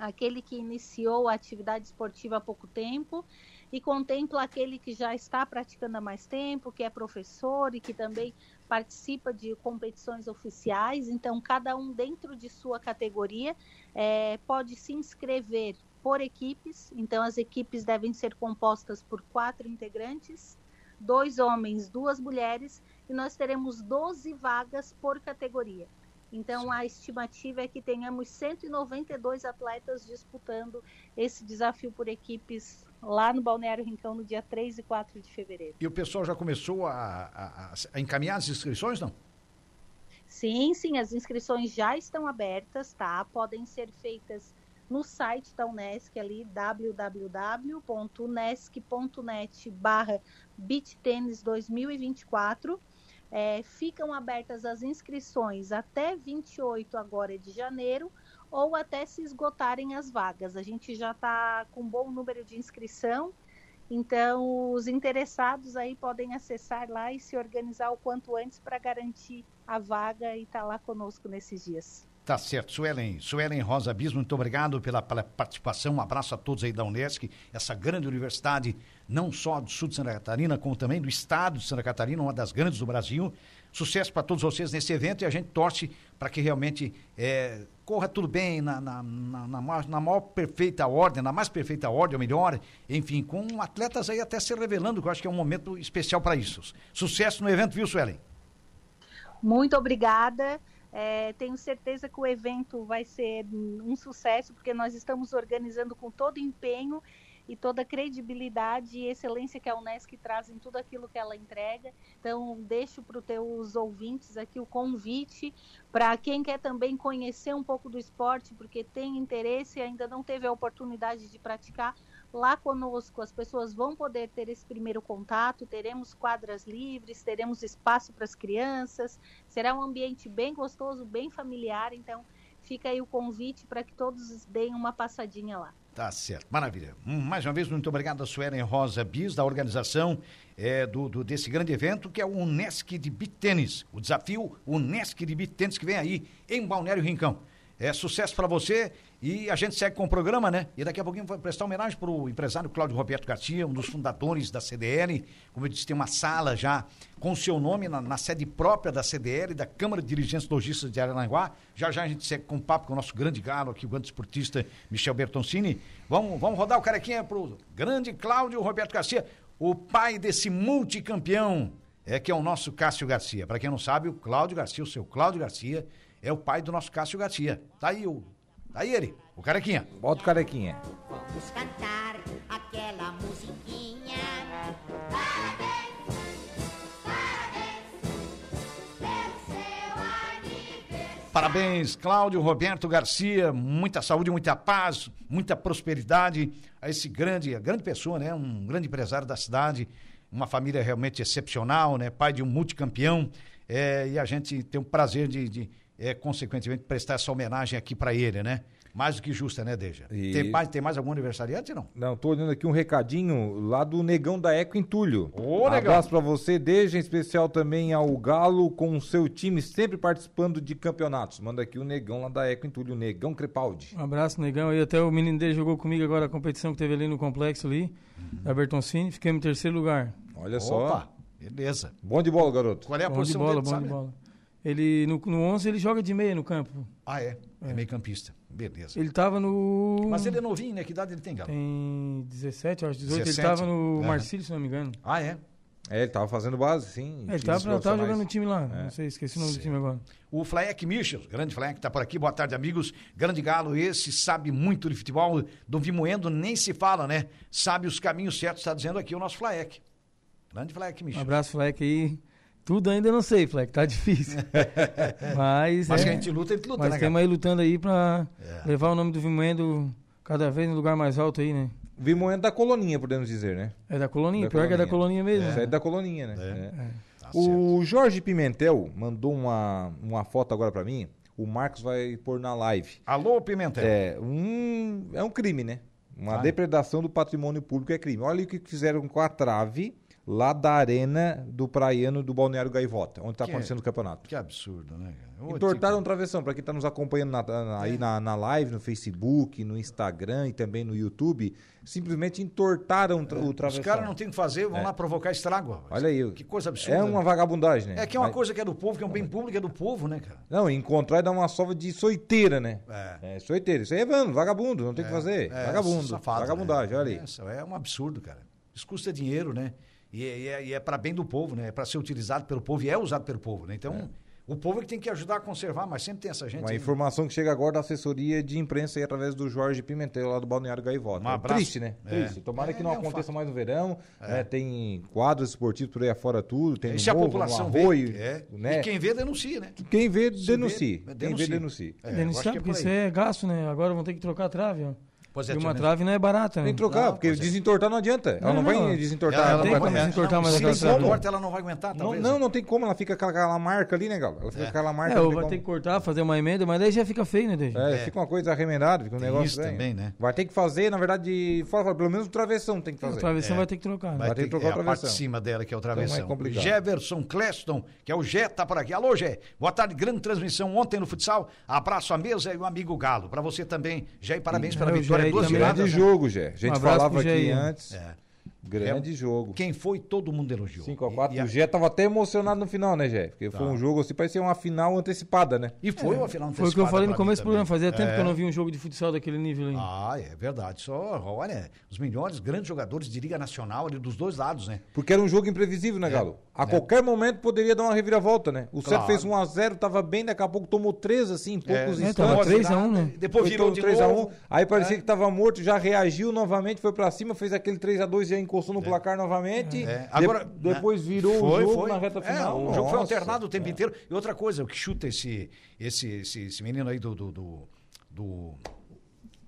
E: aquele que iniciou a atividade esportiva há pouco tempo e contempla aquele que já está praticando há mais tempo, que é professor e que também participa de competições oficiais. Então, cada um dentro de sua categoria eh, pode se inscrever por equipes. Então, as equipes devem ser compostas por quatro integrantes, dois homens, duas mulheres, e nós teremos 12 vagas por categoria. Então, a estimativa é que tenhamos 192 atletas disputando esse desafio por equipes lá no Balneário Rincão no dia 3 e 4 de fevereiro.
A: E o pessoal já começou a, a- a- a encaminhar as inscrições, não?
E: Sim, sim, as inscrições já estão abertas, tá? Podem ser feitas no site da Unesc ali, www.unesc.net barra Tênis 2024. É, ficam abertas as inscrições até 28 agora de janeiro ou até se esgotarem as vagas. A gente já está com um bom número de inscrição, então os interessados aí podem acessar lá e se organizar o quanto antes para garantir a vaga e estar lá conosco nesses dias.
A: Tá certo, Suelen, Suelen Rosa Bis, muito obrigado pela, pela participação, um abraço a todos aí da Unesc, essa grande universidade, não só do sul de Santa Catarina, como também do estado de Santa Catarina, uma das grandes do Brasil. Sucesso para todos vocês nesse evento e a gente torce para que realmente eh, corra tudo bem, na, na, na, na maior, na maior perfeita ordem, na mais perfeita ordem, ou melhor, enfim, com atletas aí até se revelando, que eu acho que é um momento especial para isso. Sucesso no evento, viu, Suelen?
E: Muito obrigada. É, tenho certeza que o evento vai ser um sucesso, porque nós estamos organizando com todo empenho e toda a credibilidade e excelência que a Unesc traz em tudo aquilo que ela entrega. Então, deixo para os teus ouvintes aqui o convite para quem quer também conhecer um pouco do esporte, porque tem interesse e ainda não teve a oportunidade de praticar. Lá conosco, as pessoas vão poder ter esse primeiro contato, teremos quadras livres, teremos espaço para as crianças, Será um ambiente bem gostoso, bem familiar, então fica aí o convite para que todos deem uma passadinha lá.
A: Tá certo, maravilha. Hum, Mais uma vez, muito obrigado a Suelen Rosa Bis, da organização eh, do, do- desse grande evento, que é o Unesc de Beat Tênis. O desafio Unesc de Beat Tênis, que vem aí em Balneário Rincão. É sucesso para você e a gente segue com o programa, né? E daqui a pouquinho vai prestar homenagem para o empresário Cláudio Roberto Garcia, um dos fundadores da CDL. Como eu disse, tem uma sala já com o seu nome na, na sede própria da CDL, da Câmara de Dirigentes Logistas de Araranguá. Já já a gente segue com um papo com o nosso grande galo aqui, o grande esportista Michel Bertoncini. Vamos, vamos rodar o carequinha para o grande Cláudio Roberto Garcia, o pai desse multicampeão, é que é o nosso Cássio Garcia. Para quem não sabe, o Cláudio Garcia, o seu Cláudio Garcia, é o pai do nosso Cássio Garcia. Tá aí o. Tá aí ele, o carequinha.
B: Bota o carequinha.
F: Vamos cantar aquela musiquinha. Parabéns, parabéns pelo seu aniversário.
A: Parabéns, Cláudio Roberto Garcia. Muita saúde, muita paz, muita prosperidade a esse grande, a grande pessoa, né? Um grande empresário da cidade, uma família realmente excepcional, né? Pai de um multicampeão. É, e a gente tem o prazer de, de, é, consequentemente, prestar essa homenagem aqui para ele, né? Mais do que justa, né, Deja?
B: E-
A: Tem, mais, tem mais algum aniversariante, não?
B: Não, tô olhando aqui um recadinho lá do Negão da Eco Entulho.
A: Ô, Negão.
B: Abraço pra você, desde em especial também ao Galo com o seu time sempre participando de campeonatos. Manda aqui o Negão lá da Eco Entulho, o Negão Crepaldi.
C: Um abraço, negão. Aí até o menino dele jogou comigo agora a competição que teve ali no complexo ali,
A: Uhum.
C: da Bertoncini. Fiquei em terceiro lugar.
B: Olha É só.
A: beleza.
B: Bom de bola, garoto.
A: Qual é a
C: bom de
A: posição
C: bola,
A: dele,
C: bom
A: sabe?
C: de bola. Ele, no, no 11, ele joga de meia no campo.
A: Ah, é? É, meio campista. Beleza.
C: Ele tava no...
A: Mas ele é novinho, né? Que idade ele tem, Galo?
C: Tem 17, eu acho, 18.
A: 17?
C: Ele tava no
A: Aham.
C: Marcílio, se não me engano.
A: Ah, é?
B: É, ele tava fazendo base, sim.
C: É, ele
B: times
C: tava, tava
B: profissionais.
C: jogando no time lá.
A: É.
C: Não sei, esqueci o nome do time agora. Um
A: O Flaek Michels, grande Flaek, tá por aqui. Boa tarde, amigos. Grande galo, esse sabe muito de futebol. Do Vimoendo nem se fala, né? Sabe os caminhos certos, está dizendo aqui o nosso Flaek. Grande Flaek
C: Um
A: Michels.
C: abraço, Fleck, aí. Tudo ainda eu não sei, Fleck, tá difícil. mas
A: Mas
C: é,
A: que a gente luta, ele luta,
C: mas
A: né,
C: estamos
A: cara? É.
C: aí lutando aí pra levar o nome do Vimoendo cada vez no lugar mais alto aí, né?
B: Vimoendo da coloninha, podemos dizer, né?
C: É da Coloninha,
B: Da
C: pior que é da
B: Coloninha.
C: Coloninha mesmo.
B: Isso É. da coloninha, né? É.
A: Tá certo.
B: O Jorge Pimentel mandou uma, uma foto agora pra mim. O Marcos vai pôr na live.
A: Alô, Pimentel.
B: É um, é um crime, né? Uma depredação do patrimônio público é crime. Olha o que fizeram com a trave lá da arena do Praiano do Balneário Gaivota, onde está
A: Que
B: acontecendo
A: é?
B: o campeonato.
A: Que absurdo, né, cara? Ô,
B: Entortaram um travessão, para quem está nos acompanhando na- na-
A: É.
B: aí na, na live, no Facebook, no Instagram e também no YouTube, simplesmente entortaram tra- o
A: tipo, Os
B: travessão.
A: caras não tem o que fazer, vão lá provocar estrago. rapaz.
B: É. Olha aí.
A: Que coisa absurda.
B: É uma
A: né?
B: vagabundagem, né?
A: É que é uma
B: Mas-
A: coisa que é do povo, que é um bem público, é do povo, né, cara?
B: Não, encontrar e dar uma sova de soiteira, né?
A: É.
B: É, soiteira. Isso aí é vano, vagabundo, não tem o que fazer.
A: É,
B: vagabundo,
A: safado,
B: vagabundagem,
A: né?
B: olha aí.
A: É, isso é um absurdo, cara. Isso custa dinheiro, né? E, é- e é, e é para bem do povo, né? É para ser utilizado pelo povo e é usado pelo povo, né? Então, o povo é que tem que ajudar a conservar, mas sempre tem essa gente.
B: Uma
A: aí.
B: informação que chega agora da assessoria de imprensa aí através do Jorge Pimentel, lá do Balneário Gaivota.
A: Um abraço.
B: Triste, né?
A: É.
B: Triste. Tomara
A: É,
B: que não
A: é um
B: aconteça
A: fato.
B: mais no verão. né? Tem quadros esportivos por aí afora tudo. Tem
A: E
B: no
A: se a
B: morro,
A: população
B: no
A: vê,
B: arroio,
A: é,
B: né?
A: e
B: quem...
A: quem vê denuncia, né?
B: vê,
A: Se
B: denuncia.
A: vê,
B: Quem vê, denuncia.
A: É, eu acho
C: Denunciar,
A: que é
C: porque
A: por
C: isso
A: aí.
C: é gasto, né? Agora vão ter que trocar a trave, ó.
A: Pois é,
C: e
A: tio
C: uma
A: Neto.
C: trave não é barata, né?
B: Tem que trocar,
A: Não,
B: porque
A: pois é.
B: desentortar não adianta. ela
C: Não,
B: não, vai
C: não.
B: desentortar.
C: Ela
B: ela
C: não
B: vai
C: tem como
B: comer.
C: desentortar
A: não,
C: mais
A: se
C: aquela
A: ela
C: trave.
A: corta, ela não vai aguentar,
B: Não,
A: talvez. né?
B: não, não tem como. Ela fica com aquela marca ali, né, Gal? Ela fica com aquela marca.
C: É,
B: não
C: ou
B: tem
C: vai
B: como.
C: ter que cortar, fazer uma emenda, mas daí já fica feio, né, Deja?
B: É, fica uma coisa arremendada, fica um
A: Tem
B: negócio.
A: isso
B: estranho.
A: também, né?
B: Vai ter que fazer, na verdade, fora, fora, pelo menos o travessão tem que
C: A
B: fazer.
C: travessão vai ter que trocar. Então né?
A: É. Vai
B: Vai
A: ter
B: ter
A: que
B: que trocar
A: é, a
B: o
A: parte de
B: travessão.
A: cima dela que é o
B: é
A: travessão.
B: complicado.
A: Jefferson Cleston, que é o Jé, tá por aqui. Alô, Jé. Boa tarde, grande transmissão ontem no futsal. Abraço à mesa e o amigo Galo. Pra você também, Jé, e parabéns pela
C: É, o
A: vitória.
C: Jé
A: Duas
C: também.
A: viradas.
B: Grande
A: né?
B: jogo, Um Gé. A gente
C: abraço
B: falava
C: pro
B: aqui
C: Gé aí, né?
B: antes.
A: É.
B: Grande jogo.
A: Quem foi, todo mundo elogiou.
B: 5x4
A: E- e a-
B: do Gé tava até emocionado no final, né, Gé? Porque foi um jogo assim, parecia uma final antecipada, né?
A: E foi uma final
C: É. Foi o que eu
A: antecipada
C: falei no
A: pra
C: começo do
A: mim também. É.
C: programa. Fazia tempo que eu não vi um jogo de futsal daquele nível aí.
A: Ah, é verdade. Só, olha, os melhores grandes jogadores de Liga Nacional ali dos dois lados, né?
B: Porque era um jogo imprevisível,
A: É.
B: né, Galo? A qualquer momento poderia dar uma reviravolta, né? O
A: Claro.
B: Sete fez 1x0, tava bem, daqui a pouco tomou 3, assim, em poucos
C: É, tava
B: instantes.
C: 3 a 1, né?
A: então, Depois virou de 3
B: 3x1, aí
A: É.
B: parecia que tava morto, já reagiu novamente, foi pra cima, fez aquele 3x2 e aí encostou no placar novamente.
A: É,
B: De-
A: agora,
B: depois
A: né?
B: virou o
A: Foi,
B: jogo
A: foi.
B: na reta
A: É,
B: final.
A: o jogo foi
B: Nossa. É.
A: alternado o tempo inteiro. E outra coisa, o que chuta esse, esse, esse, esse menino aí do. do, do- do-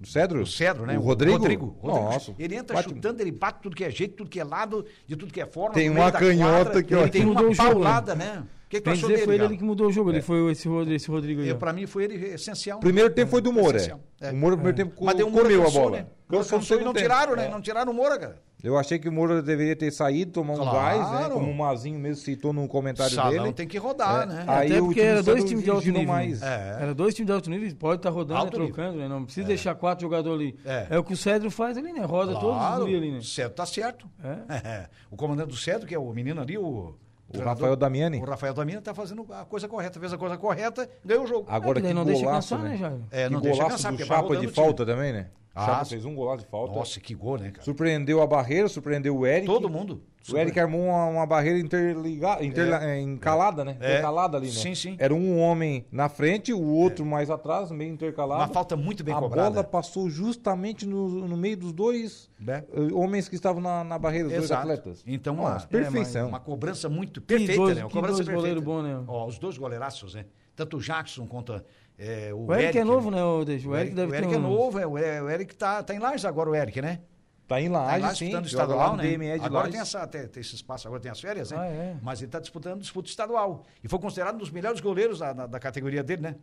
B: O Cedro?
A: do Cedro, né?
B: O Rodrigo?
A: Rodrigo. Rodrigo.
B: Nossa.
A: Ele entra
B: Bate-
A: chutando, ele bate tudo que é jeito, tudo que é lado, de tudo que é forma.
B: Tem
A: no meio
B: uma
A: da
B: canhota
A: quadra,
B: que, ó,
A: Ele tem
C: que mudou
A: uma
C: o jogo,
A: paulada, né? O que, que tu
C: Tem que
A: achou
C: dizer
A: dele?
C: foi ele
A: Galo?
C: que mudou o jogo, ele foi esse Rodrigo, esse Rodrigo aí.
A: Eu,
C: ó.
A: pra mim foi ele essencial. né? É Tá
B: Primeiro tempo foi do Moura.
A: Essencial.
B: O Moura no primeiro tempo co-
A: Mas deu um Moura
B: comeu a
A: cansou,
B: bola.
A: Né? Moura cansou e não
B: segundo
A: tiraram,
B: tempo. É.
A: né? Não tiraram o Moura, cara.
B: Eu achei que o Moura deveria ter saído, tomar um
A: Claro.
B: gás, né? Como o Mazinho mesmo citou num comentário
A: Salão
B: dele.
A: tem que rodar,
B: É,
A: né?
B: Aí
C: Até
B: o
C: porque
B: time
C: era
B: do Santos
C: dois times de alto
B: exigindo
C: nível.
B: mais.
A: É.
C: Era dois times de alto nível, pode estar rodando, né,
A: Alto nível. É.
C: trocando, né? Não precisa deixar quatro jogadores ali. É. o que o Cedro faz ali, né? Roda todos os
A: Claro,
C: guri ali, né?
A: o Cedro tá certo.
C: É.
A: É. O comandante do Cedro, que é o menino ali, o...
B: O Rafael Damiani.
A: O Rafael Damiani tá fazendo a coisa correta. Fez a coisa correta, ganhou o jogo.
B: Agora
C: É, que
B: que,
C: daí não
B: golaço,
C: deixa cansar,
B: né?
C: né, Jairo?
A: É, não
B: que
A: deixa
B: golaço
A: cansar,
B: do
A: porque vai
B: Chapa
A: rodando
B: de
A: o time.
B: falta também, né?
A: Ah,
B: Chapa
A: sim.
B: fez um golaço de falta.
A: Nossa, que gol, né, cara?
B: Surpreendeu a barreira, surpreendeu o Eric.
A: Todo mundo.
B: O Eric armou uma, uma barreira interligada, interla, eh, encalada, né?
A: É.
B: Intercalada ali, né?
A: Sim, sim. É.
B: Era um homem na frente, o outro mais atrás, meio intercalado.
A: Uma falta muito bem
B: a
A: cobrada.
B: bola passou justamente no, no meio dos dois
A: Né?
B: eh, homens que estavam na, na barreira, os
A: Exato.
B: dois atletas.
A: Então,
B: Nossa,
A: uma,
B: perfeição.
A: é, uma cobrança muito perfeita,
C: dois-
A: né? Uma
C: que
A: cobrança
C: dois
A: perfeita.
C: goleiro bom, né?
A: Ó, os dois goleiraços, né? Tanto o Jackson quanto é, o,
C: O Eric, é novo,
A: né?
C: né, ô, Deixa? O Eric deve
A: o
C: ter um-
A: Eric é
C: uns-
A: novo, é, o E- o Eric tá, tá em Lages agora, o Eric, né?
B: Tá em
A: Tá em
B: Laje,
A: Lages
B: sim.
A: disputando
B: joga lá
A: estadual,
B: no
A: né?
B: DME de
A: agora
B: Laje.
A: tem, essa, tem, tem esse espaço, agora tem as férias, né?
C: Ah, é.
A: Mas ele tá disputando disputa estadual. E foi considerado um dos melhores goleiros da, da- da categoria dele, né?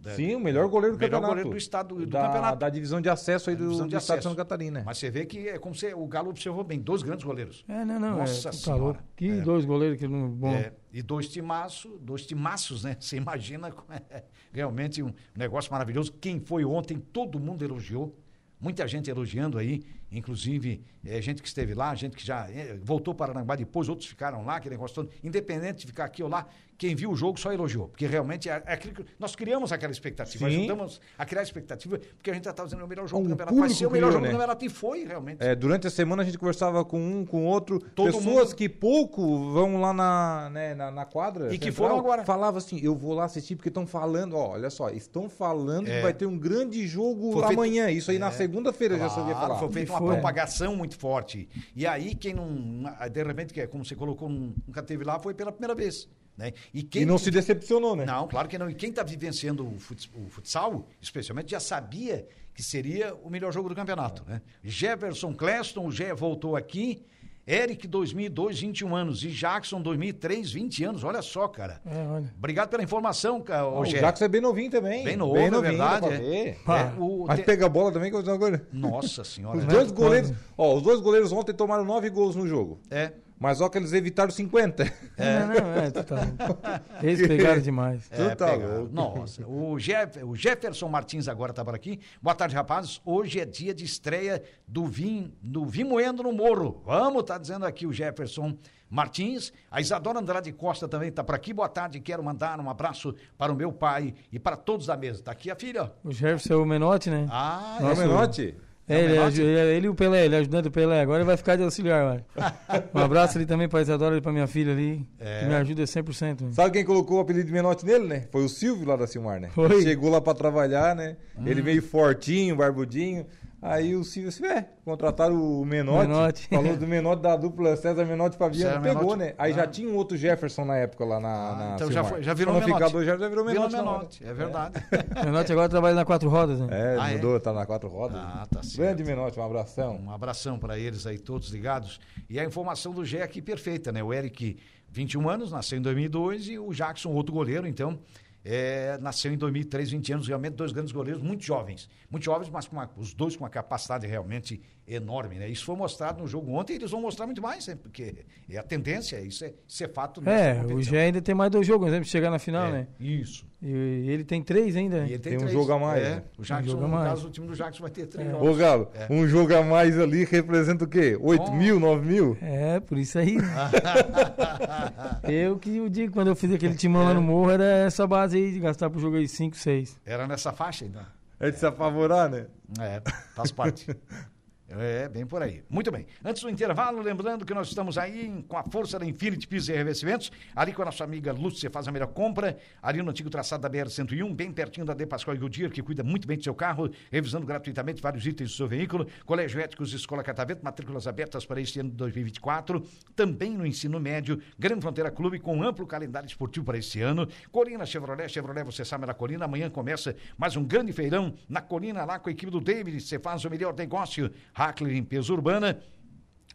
A: Da-
B: Sim, o É. melhor goleiro do
A: Melhor
B: campeonato.
A: goleiro do estado- do
B: da,
A: campeonato.
B: Da divisão de acesso aí do,
A: divisão
B: do
A: de
B: estado de
A: acesso.
B: Santa Catarina.
A: Mas você vê que é como se, o Galo observou bem, dois grandes goleiros.
C: É, não, não.
A: Nossa
C: é, tu tá
A: Senhora.
C: louco. Que dois goleiros que não. Bom.
A: É, e dois timaço, dois timaços, né? Você imagina como é realmente um negócio maravilhoso. Quem foi ontem, todo mundo elogiou. Muita gente elogiando aí, inclusive eh, gente que esteve lá, gente que já eh, voltou para Aranguá depois, outros ficaram lá, aquele negócio todo. Independente de ficar aqui ou lá, quem viu o jogo só elogiou. Porque realmente é, é aquilo que- nós criamos aquela expectativa,
B: Sim.
A: ajudamos a criar a expectativa, porque a gente já estava dizendo é o melhor jogo
B: O
A: do campeonato. Vai
B: público
A: ser o melhor
B: criou,
A: jogo
B: né?
A: do campeonato e foi realmente.
B: É, durante a semana a gente conversava com um, com outro,
A: Todo
B: pessoas
A: mundo-
B: que pouco vão lá na, né, na, na quadra.
A: E que foram agora.
B: Falava assim, eu vou lá assistir porque estão falando, ó, olha só, estão falando que vai ter um grande jogo
A: Foi feito-
B: amanhã. Isso aí na segunda-feira já sabia
A: Claro,
B: falar.
A: foi feita
C: E
A: uma
C: foi.
A: propagação muito forte. E aí, quem não. De repente, que é como você colocou, nunca teve lá, foi pela primeira vez. Né? E quem.
B: E não se decepcionou, né?
A: Não, claro que não. E quem está vivenciando o futs- o futsal, especialmente, já sabia que seria o melhor jogo do campeonato. Né? Jefferson Cleston, o Gé voltou aqui. Eric, 2002, 21 anos. E Jackson, 2003, 20 anos. Olha só, cara.
C: É, olha.
A: Obrigado pela informação, ca-
B: Ah,
A: ô,
B: O
A: Gé.
B: Jackson é bem novinho também.
A: Bem novo, é
B: dá
A: verdade,
B: pra
A: é.
B: ver.
A: É, o-
B: Mas
A: tem-
B: pega a bola também, que eu vou dizer uma coisa.
A: Nossa Senhora.
B: Os
A: né?
B: dois goleiros, ó, os dois goleiros ontem tomaram nove gols no jogo.
A: É.
B: Mas ó que eles evitaram 50.
C: Não, não, é, tu tá louco. Eles pegaram demais.
A: É,
B: Tu tá
A: pegaram.
B: louco.
A: Nossa, o, Jeff- o Jefferson Martins agora tá por aqui. Boa tarde, rapazes. Hoje é dia de estreia do Vim, do Vim Moendo no Morro. Vamos, tá dizendo aqui o Jefferson Martins. A Isadora Andrade Costa também tá por aqui. Boa tarde, quero mandar um abraço para o meu pai e para todos da mesa. Tá aqui a filha.
C: O Jefferson é o Menotti, né?
A: Ah,
B: Não é Menotti?
C: É, ele,
A: Menotti?
C: aju- ele, ele e o Pelé, ele ajudando o Pelé. Agora ele vai ficar de auxiliar, eu acho. Um abraço ali também pra Isadora e pra minha filha ali,
A: É.
C: que me ajuda 100%. né?
B: Sabe quem colocou o apelido de Menotti nele, né? Foi o Silvio lá da Silmar, né?
C: Foi. Ah.
B: Chegou lá pra trabalhar, né? Ele meio fortinho, barbudinho. Aí o Silvio disse, é, contrataram o Menotti.
C: Menotti.
B: Falou do Menotti da dupla César Menotti e Fabiano.
A: César
B: Pegou,
A: Menotti. Ah.
B: né? Aí já tinha um outro Jefferson na época lá na, na
A: então já,
B: Silmar.
A: foi, já virou
B: Pra não ficar
A: Menotti.
B: dois Jefferson, já virou Menotti. na hora.
A: Menotti, é verdade.
C: O Menotti agora trabalha na Quatro Rodas, né?
B: É,
A: Ah, é?
B: mudou, tá na quatro rodas.
A: Ah, tá certo.
B: Grande Menotti, um abração.
A: Um abração para eles aí, todos ligados. E a informação do Gé aqui perfeita, né? O Eric, 21 anos, nasceu em 2002 e o Jackson, outro goleiro, então, é, nasceu em 2003, 20 anos. Realmente, dois grandes goleiros, muito jovens. Muito jovens, mas com uma- os dois com uma capacidade realmente enorme, né? Isso foi mostrado no jogo ontem e eles vão mostrar muito mais, né? Porque é a tendência, isso é, isso é fato. nessa
C: É, o
A: competição.
C: Gé ainda tem mais dois jogos, né? Pra chegar na final,
A: É,
C: né?
A: Isso.
C: E, e ele tem três ainda. né?
A: E ele
B: Tem um
A: três.
B: jogo a mais,
A: É,
B: né?
A: O Jackson,
C: jogo a
A: no
C: mais. É.
A: caso, o time do Jackson vai ter três jogos.
B: Ô, Galo, um jogo a mais ali representa o quê? 8 mil, 9 mil?
C: É, por isso aí. né? eu que o digo, quando eu fiz aquele timão
A: É.
C: lá no morro, era essa base aí de gastar pro jogo aí 5, 6.
A: Era nessa faixa ainda.
B: É de se apavorar, né?
A: É, faz parte. É, bem por aí. Muito bem. Antes do intervalo, lembrando que nós estamos aí em- com a força da Infinity Pisos e Revestimentos, ali com a nossa amiga Lúcia faz a melhor compra, ali no antigo traçado da BR-101, bem pertinho da De Pascoal e Goodyear, que cuida muito bem do seu carro, revisando gratuitamente vários itens do seu veículo, Colégio Éticos Escola Catavento, matrículas abertas para este ano de 2024, também no ensino médio, Grande Fronteira Clube com amplo calendário esportivo para este ano, Colina Chevrolet, Chevrolet, você sabe, é na Colina, amanhã começa mais um grande feirão na Colina, lá com a equipe do David, você faz o melhor negócio, Hackley Limpeza Urbana,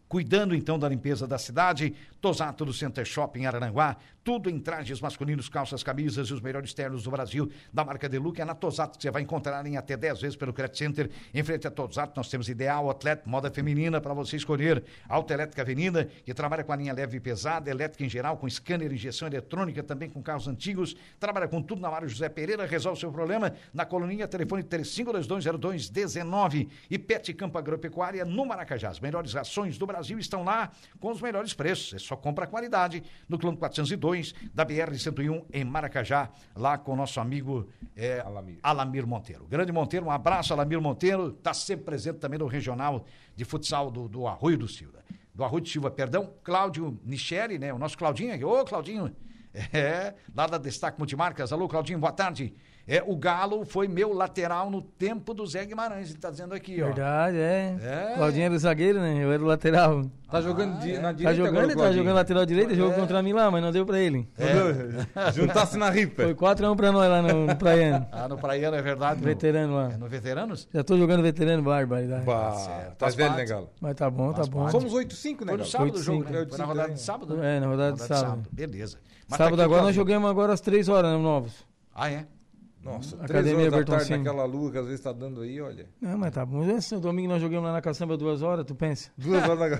A: cuidando então da limpeza da cidade. Tosato do Center Shopping Araranguá, tudo em trajes masculinos, calças, camisas e os melhores ternos do Brasil, da marca Deluca. É na Tosato que você vai encontrar em até 10 vezes pelo Credit Center. Em frente a Tosato, nós temos Ideal, Atleta, Moda Feminina para você escolher. Alta Elétrica Avenida, que trabalha com a linha leve e pesada, elétrica em geral, com scanner, injeção eletrônica, também com carros antigos. Trabalha com tudo na Mário José Pereira, resolve seu problema na coluninha, telefone 35220219 e Pet Campo Agropecuária no Maracajá. As melhores rações do Brasil estão lá com os melhores preços. É só compra qualidade no Clã 402 da BR-101 em Maracajá, lá com o nosso amigo eh,
B: Alamir.
A: Alamir Monteiro. Grande Monteiro, um abraço, Alamir Monteiro. Está sempre presente também no regional de futsal do, do Arroio do Silva. Do Arroio do Silva, perdão, Cláudio Michele, né? O nosso Claudinho aqui. Ô, Claudinho! É, lá da Destaque Multimarcas. Alô, Claudinho, boa tarde. É, o Galo foi meu lateral no tempo do Zé Guimarães, ele tá dizendo aqui, ó.
C: Verdade, é.
A: É.
C: Claudinho era o zagueiro, né? Eu era o lateral.
B: Tá jogando di- na
C: Tá
B: direita
C: jogando, ele tá jogando lateral
A: É.
C: direito, jogou contra mim lá, mas não deu pra ele.
B: lateral. Juntar-se na ripa.
C: Foi 4x1 pra nós lá no, no Praiano.
A: Ah, no Praiano, é verdade. no-
C: veterano
A: É
C: lá.
A: no Veteranos?
C: Já tô jogando veterano, barbaridade.
B: Bah,
A: certo.
B: tá
A: Faz
B: velho,
A: parte.
B: né, Galo?
C: Mas tá bom, tá bom.
B: Somos 8-5, né,
A: Foi no
B: Galo?
A: sábado o jogo,
C: 8,
A: né?
B: cinco.
A: Foi na rodada de sábado? né?
C: É, na rodada de sábado.
A: Beleza. Mas tá
C: Sábado
A: aqui,
C: agora
A: Claudinho.
C: nós jogamos agora às 3 horas, né, novos.
A: Ah, é?
B: Nossa,
C: Academia
B: 3 horas da tarde
C: Bertoncini.
B: naquela lua que às vezes tá dando aí, olha.
C: Não, mas tá bom. Esse domingo nós jogamos lá na caçamba duas horas, tu pensa?
B: Duas horas da...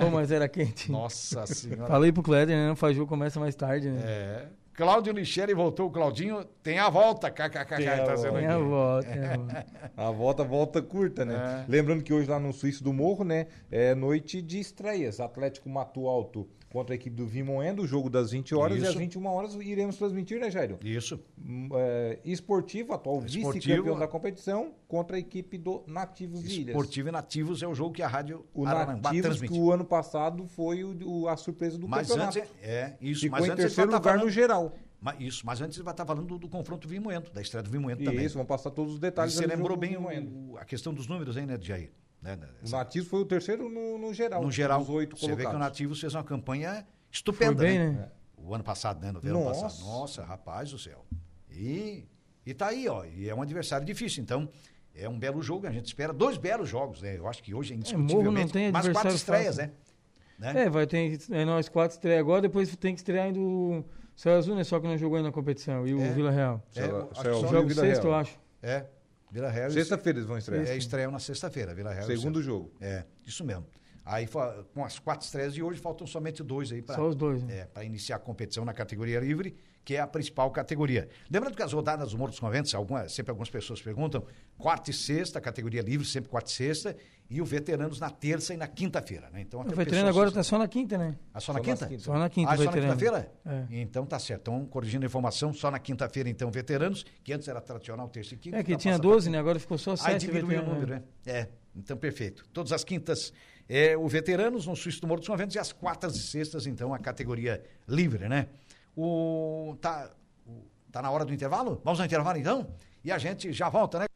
C: Pô, mas era quente.
A: Nossa senhora.
C: Falei pro Cléder, né? Não faz jogo, começa mais tarde, né?
A: É. Cláudio Lixeri voltou, o Claudinho tem a volta, kkkk,
B: a
A: tá sendo aqui.
C: Tem a volta, tem a volta.
B: A volta, volta curta, né?
A: É.
B: Lembrando que hoje lá no Suíço do Morro, né? É noite de estreias. Atlético Mato Alto contra a equipe do Vimoendo, o jogo das 20 horas e
A: Isso.
B: às 21 horas iremos transmitir, né, Jairo?
A: Isso.
B: Hum, é, esportivo, atual
A: Esportivo. é.
B: vice-campeão da competição, contra a equipe do Nativos de Ilhas.
A: Esportivo e Nativos é o jogo que a Rádio
B: O
A: Araranguá
B: Nativos, que
A: transmite.
B: o ano passado foi o- o- a surpresa do
A: Mas
B: campeonato.
A: antes, é, isso,
B: Ficou
A: mas
B: em
A: antes ele
B: terceiro
A: vai
B: lugar
A: estar
B: no
A: falando,
B: geral.
A: mas isso, mas antes ele vai estar falando do, do confronto Vimoento, da estreia do Vimoento
B: E
A: também.
B: isso, vão passar todos os
A: E
B: detalhes.
A: você
B: ali do
A: lembrou
B: jogo do
A: bem
B: Vimoendo.
A: o- a questão dos números, hein, né, Jair? Né, né,
B: O Nativos foi o terceiro no, no geral.
A: no geral,
B: Os oito
A: você vê que o
B: colocados.
A: Nativos fez uma campanha
C: Foi
A: estupenda,
C: bem,
A: né?
C: né?
A: O ano passado, né? No verão
B: Nossa.
A: passado. Nossa, rapaz do céu. E, e tá aí, ó. E é um adversário difícil. Então, é um belo jogo. A gente espera dois belos jogos, né? Eu acho que hoje é
C: Morro não
A: indiscutivelmente.
C: tem
A: mas quatro
C: adversário
A: estreias,
C: fácil.
A: né? né?
C: É, vai ter é, nós quatro estreia agora, depois tem que estrear ainda o Céu Azul, né? Só que não jogou ainda na competição. E o
A: É.
C: Vila Real.
A: É,
B: Céu-
A: acho que
B: Céu
A: só-
B: Azul.
C: Jogo
B: Vila
C: sexto,
B: Real.
C: eu acho.
A: É. Vila Real.
B: Sexta-feira eles vão estrear.
A: É, estreiam na sexta-feira, Vila Real. e
B: Segundo jogo.
A: Santos. É, isso mesmo. Aí, fa- com as quatro estreias de hoje, faltam somente dois aí para
C: Só os dois, né?
A: é, para iniciar a competição na categoria livre, que é a principal categoria. Lembrando que as rodadas do Morro dos Conventos, algumas, sempre algumas pessoas perguntam, quarta e sexta, categoria livre, sempre quarta e sexta, e o veteranos na terça e na quinta-feira, né? Então, até
C: O
A: o
C: veterano
A: pessoal
C: agora
A: se-
C: tá só na quinta, né?
A: Ah, só na
B: só
A: quinta?
B: nas quintas.
C: Só na quinta,
A: ah,
C: o
A: só na
C: veterano.
A: quinta-feira?
C: É.
A: Então tá certo. Então, corrigindo a informação, só na quinta-feira, então, veteranos, que antes era tradicional terça e quinta.
C: É que
A: tá
C: tinha
A: passando-
C: 12, né? Agora ficou só
A: Aí
C: 7
A: diminui o número, né? É, então perfeito. Todas as quintas, é, o Veteranos no Suíço do Morro dos Conventos e as quartas e sextas, então, a categoria livre, né? O, tá, o- tá na hora do intervalo? Vamos ao intervalo, então? E a gente já volta, né?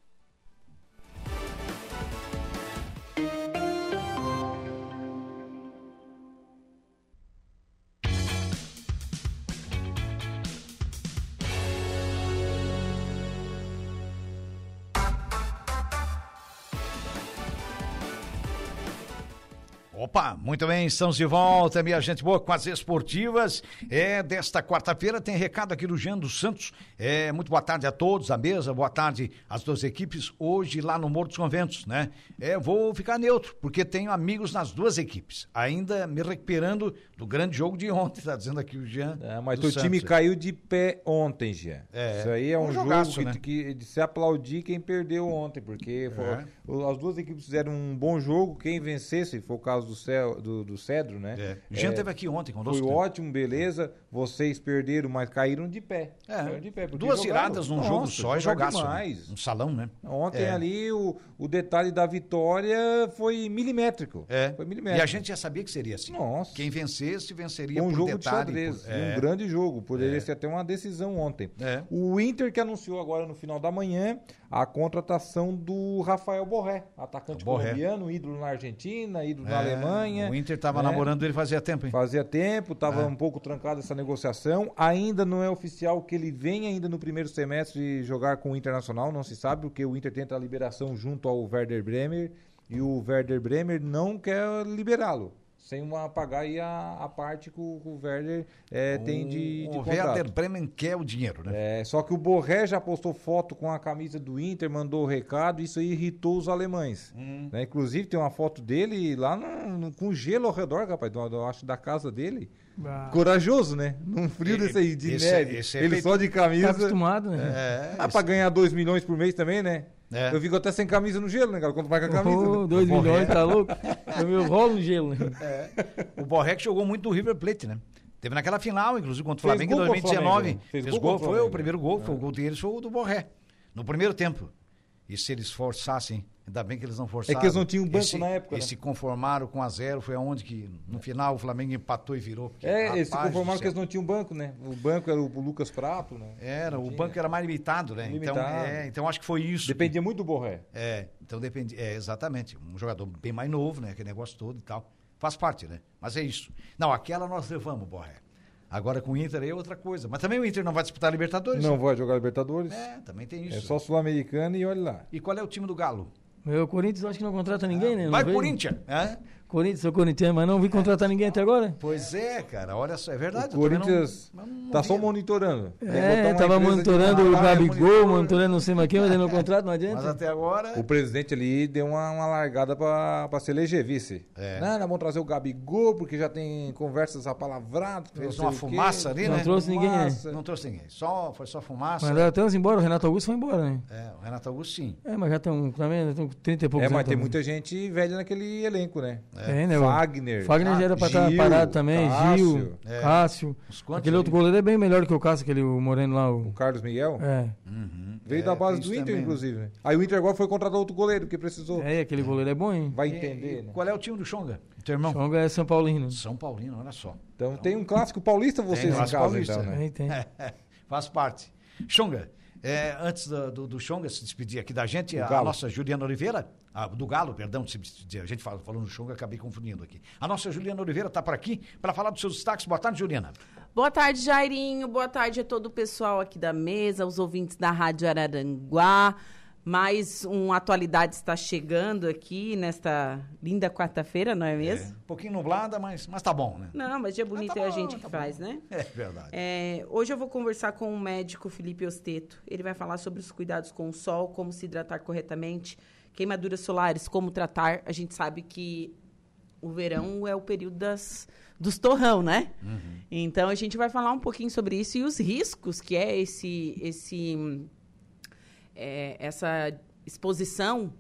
A: Opa, muito bem, estamos de volta, minha gente boa, com as esportivas. É, desta quarta-feira tem recado aqui do Jean dos Santos. É, muito boa tarde a todos, a mesa, boa tarde às duas equipes, hoje lá no Morro dos Conventos, né? É, vou ficar neutro, porque tenho amigos nas duas equipes, ainda me recuperando do grande jogo de ontem, tá dizendo aqui o Jean.
B: É, mas
A: dos
B: teu time
A: Santos.
B: caiu de pé ontem, Jean.
A: É.
B: Isso aí é um,
A: Um
B: jogo
A: jogaço,
B: que,
A: né?
B: que- de se aplaudir quem perdeu ontem, porque foi-
A: É.
B: o- as duas equipes fizeram um bom jogo, quem vencesse, foi o caso do, Cel- do- do Cedro, né?
A: É. O Jean teve aqui ontem
B: Foi
A: conosco. né?
B: ótimo, beleza. Vocês perderam, mas caíram de pé.
A: É,
B: Caíram de pé, porque
A: duas
B: jogaram.
A: tiradas num
B: Nossa,
A: jogo só e
B: jogaram
A: jogaço. né?
B: demais.
A: Um salão, né?
B: Ontem
A: É.
B: ali o, o detalhe da vitória foi milimétrico.
A: É.
B: Foi
A: E
B: milimétrico.
A: a gente já sabia que seria assim.
B: Nossa.
A: Quem vencesse, venceria
B: um
A: por
B: jogo
A: detalhe.
B: de xadrez,
A: por- é.
B: um grande jogo, poderia ser até uma decisão ontem.
A: É.
B: O Inter que anunciou agora no final da manhã a contratação do Rafael Borré, atacante
A: Borré.
B: colombiano, ídolo na Argentina, ídolo na
A: É,
B: Alemanha.
A: O Inter estava
B: né?
A: namorando ele fazia tempo, hein?
B: Fazia tempo, estava um pouco trancada essa negociação. Ainda não é oficial que ele venha ainda no primeiro semestre jogar com o Internacional, não se sabe, porque o Inter tenta a liberação junto ao Werder Bremer e o Werder Bremer não quer liberá-lo. sem uma apagar aí a, a parte que o, que o Werder é, tem de, de
A: o
B: contrato.
A: Werder Bremen quer o dinheiro, né?
B: É, só que o Borré já postou foto com a camisa do Inter, mandou o recado, isso aí irritou os alemães. né? Inclusive tem uma foto dele lá no- no- com gelo ao redor, rapaz, do- do- eu acho da casa dele.
C: Ah.
B: Corajoso, né? Num frio
A: E-
B: desse aí, de
A: esse-
B: neve.
A: esse é
B: Ele
A: feito-
B: só de
C: Tá
B: camisa.
C: acostumado, né?
A: É,
B: Ah, pra ganhar 2 milhões por mês também, né?
A: É.
B: Eu fico até sem camisa no gelo, né, cara? Quando vai com a camisa.
C: Ô,
B: né?
C: dois milhões, tá louco? Eu me rolo no gelo. né?
A: É.
B: É.
A: O Borré que jogou muito no River Plate, né? Teve naquela final, inclusive, contra o
B: Fez
A: Flamengo em
B: gol contra o
A: 2019.
B: Flamengo. né?
A: Fez,
B: Fez
A: gol,
B: gol contra o
A: foi o
B: Flamengo. É.
A: primeiro gol, foi o gol deles, foi o do Borré. No primeiro tempo. E se eles forçassem, ainda bem que eles não forçaram.
B: É que eles não tinham banco
A: E se-
B: na época,
A: E
B: né?
A: se conformaram com a zero, foi aonde que, no final, o Flamengo empatou e virou. porque,
B: É, eles se
A: rapaz do
B: conformaram que
A: céu. É.
B: eles não tinham banco, né? O banco era o Lucas Prato, né?
A: Era,
B: Não
A: o
B: tinha.
A: banco era mais limitado, né? Então,
B: Limitado.
A: é, então acho que foi isso.
B: Dependia muito do Borré.
A: É, então depende. É, exatamente. Um jogador bem mais novo, né? Aquele negócio todo e tal. Faz parte, né? Mas é isso. Não, aquela nós levamos, Borré. Agora com o Inter é outra coisa. Mas também o Inter não vai disputar a Libertadores.
B: Não vai jogar Libertadores.
A: É, também tem isso.
B: É só Sul-Americana e olha lá.
A: E qual é o time do Galo?
C: Meu, o Corinthians eu acho que não contrata ninguém, né? Não
A: vai
C: veio?
A: Corinthians! Hã?
C: Corinthians, sou corintiano, mas não vi contratar ninguém até agora.
A: Pois é, cara. Olha só, é verdade.
B: O
A: eu também
B: Corinthians
A: não- não
B: tá
A: vi.
B: só monitorando. Tem que botar
C: É,
B: uma
C: tava
B: empresa de
C: monitorando o
B: marketing.
A: é
C: Gabigol,
A: monitor.
C: monitorando não sei mais quem, mas ele não contrato, não adianta.
A: Mas até agora.
B: O presidente ali deu uma, uma largada pra, pra se eleger vice.
A: É.
B: Não, nós vamos trazer o Gabigol, porque já tem conversas apalavradas. não
A: Fez
B: sei
A: uma
B: o quê.
A: fumaça ali,
C: Não
A: né?
C: trouxe ninguém, né?
B: Fumaça.
A: Não trouxe ninguém. Só, foi só fumaça.
C: Mandaram até uns embora, o Renato Augusto foi embora, né?
A: É, o Renato Augusto, sim.
C: É, mas já estão também, já estão com 30 e poucos
B: É, mas
C: anos
B: tem
C: também.
B: muita gente velha naquele elenco, né?
C: É, né? o-
B: Wagner.
C: Fagner já era pra estar
B: Gil,
C: parado também,
B: Cássio.
C: Gil,
A: É.
C: Cássio.
A: Uns quantos
C: Aquele outro
A: aí?
C: goleiro é bem melhor que o Cássio, aquele o Moreno lá.
B: O
C: O...
B: Carlos Miguel.
C: É.
B: Veio
A: É,
B: da
A: tem
B: base do
A: isso
B: Inter,
A: também, né?
B: inclusive. né? Aí o Inter agora foi contratar outro goleiro, porque precisou.
C: é, aquele goleiro é bom, hein?
B: Vai
A: E-
B: entender,
A: e
B: né?
A: Qual é o time do Xonga? Teu irmão?
C: Xonga é São Paulino.
A: São Paulino, olha só.
B: Então tem um clássico paulista vocês em
A: clássico
B: casa,
A: paulista,
B: então, né?
C: Aí tem.
A: É. Faz parte. Xonga, é, antes do, do, do Xonga se despedir aqui da gente, a,
B: Galo.
A: nossa Juliana Oliveira, a- do Galo, perdão, se despedir, a gente fala- falou no Xonga, acabei confundindo aqui. A nossa Juliana Oliveira está por aqui para falar dos seus destaques. Boa tarde, Juliana.
G: Boa tarde, Jairinho. Boa tarde a todo o pessoal aqui da mesa, os ouvintes da Rádio Araranguá. Mais um Atualidade está chegando aqui nesta linda quarta-feira, não é mesmo?
A: Um pouquinho nublada, mas, mas tá bom, né?
G: Não, mas dia bonito
A: tá
G: é a
A: bom,
G: gente
A: tá
G: que
A: bom.
G: faz, né?
A: É verdade.
G: É, hoje eu vou conversar com o médico Felipe Osteto. Ele vai falar sobre os cuidados com o sol, como se hidratar corretamente, queimaduras solares, como tratar. A gente sabe que o verão é o período das, dos torrão, né? Então a gente vai falar um pouquinho sobre isso e os riscos que é esse, esse hum, é, essa exposição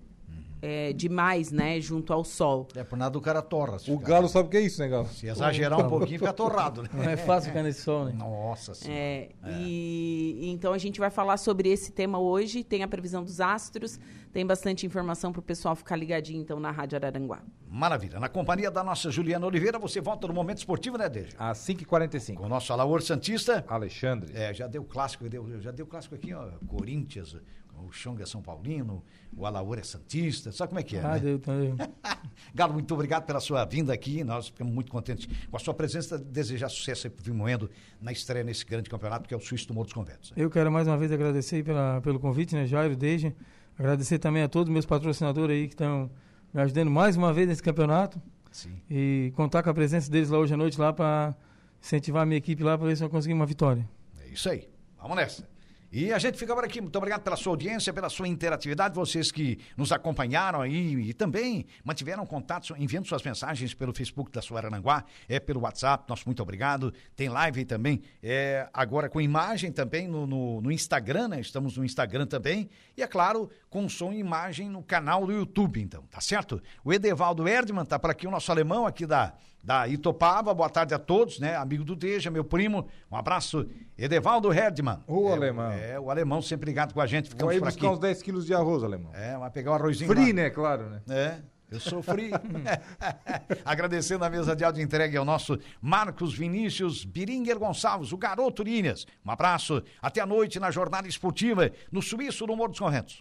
G: é, demais, né, junto ao sol.
A: É, por nada o cara torra. se
B: O
A: ficar-
B: Galo sabe o que é isso, né, Galo?
A: Se exagerar um pouquinho, fica torrado, né?
C: Não é fácil ficar nesse sol, né?
A: Nossa senhora.
G: É, E, e então a gente vai falar sobre esse tema hoje. Tem a previsão dos astros, tem bastante informação para o pessoal ficar ligadinho então na Rádio Araranguá.
A: Maravilha. Na companhia da nossa Juliana Oliveira, você volta no momento esportivo, né, Deja?
B: Às
A: Com
B: 5h45.
A: o nosso Alaor Santista.
B: Alexandre.
A: É, já deu clássico, deu- já deu clássico aqui, ó. Corinthians, o Xonga é São Paulino, o Alaor é Santista, sabe como é que é,
C: Ah,
A: né?
C: Deus, tá Deus.
A: Galo, muito obrigado pela sua vinda aqui. Nós ficamos muito contentes com a sua presença. Desejar sucesso aí pro Vimoendo na estreia nesse grande campeonato que é o Suíço do Morro dos Conventos.
C: Eu quero mais uma vez agradecer aí pela, pelo convite, né, Jairo, desde Agradecer também a todos os meus patrocinadores aí que estão me ajudando mais uma vez nesse campeonato.
A: Sim.
C: E contar com a presença deles lá hoje à noite lá para incentivar a minha equipe lá para ver se eu conseguir uma vitória.
A: É isso aí. Vamos nessa. E a gente fica por aqui. Muito obrigado pela sua audiência, pela sua interatividade, vocês que nos acompanharam aí e também mantiveram contato, enviando suas mensagens pelo Facebook da sua Arananguá, é pelo WhatsApp, nosso muito obrigado. Tem live também, é, agora com imagem também no, no- no Instagram, né? Estamos no Instagram também. E é claro, com som e imagem no canal do YouTube, então, tá certo? O Edevaldo Erdmann tá por aqui, o nosso alemão aqui da, da Itopava. Boa tarde a todos, né? Amigo do Deja, meu primo. Um abraço, Edevaldo Erdmann.
B: O
A: É,
B: alemão.
A: É, o alemão sempre ligado com a gente,
B: Vou
A: ficamos
B: aí
A: por aqui.
B: buscar uns 10 quilos de arroz, alemão.
A: É, vai pegar o arrozinho lá.
B: Free, né? Claro, né?
A: É, eu sofri. Agradecendo a mesa de áudio entregue ao nosso Marcos Vinícius Biringer Gonçalves, o garoto Linhas. Um abraço, até a noite na jornada esportiva, no Suíço, no Morro dos Correntos.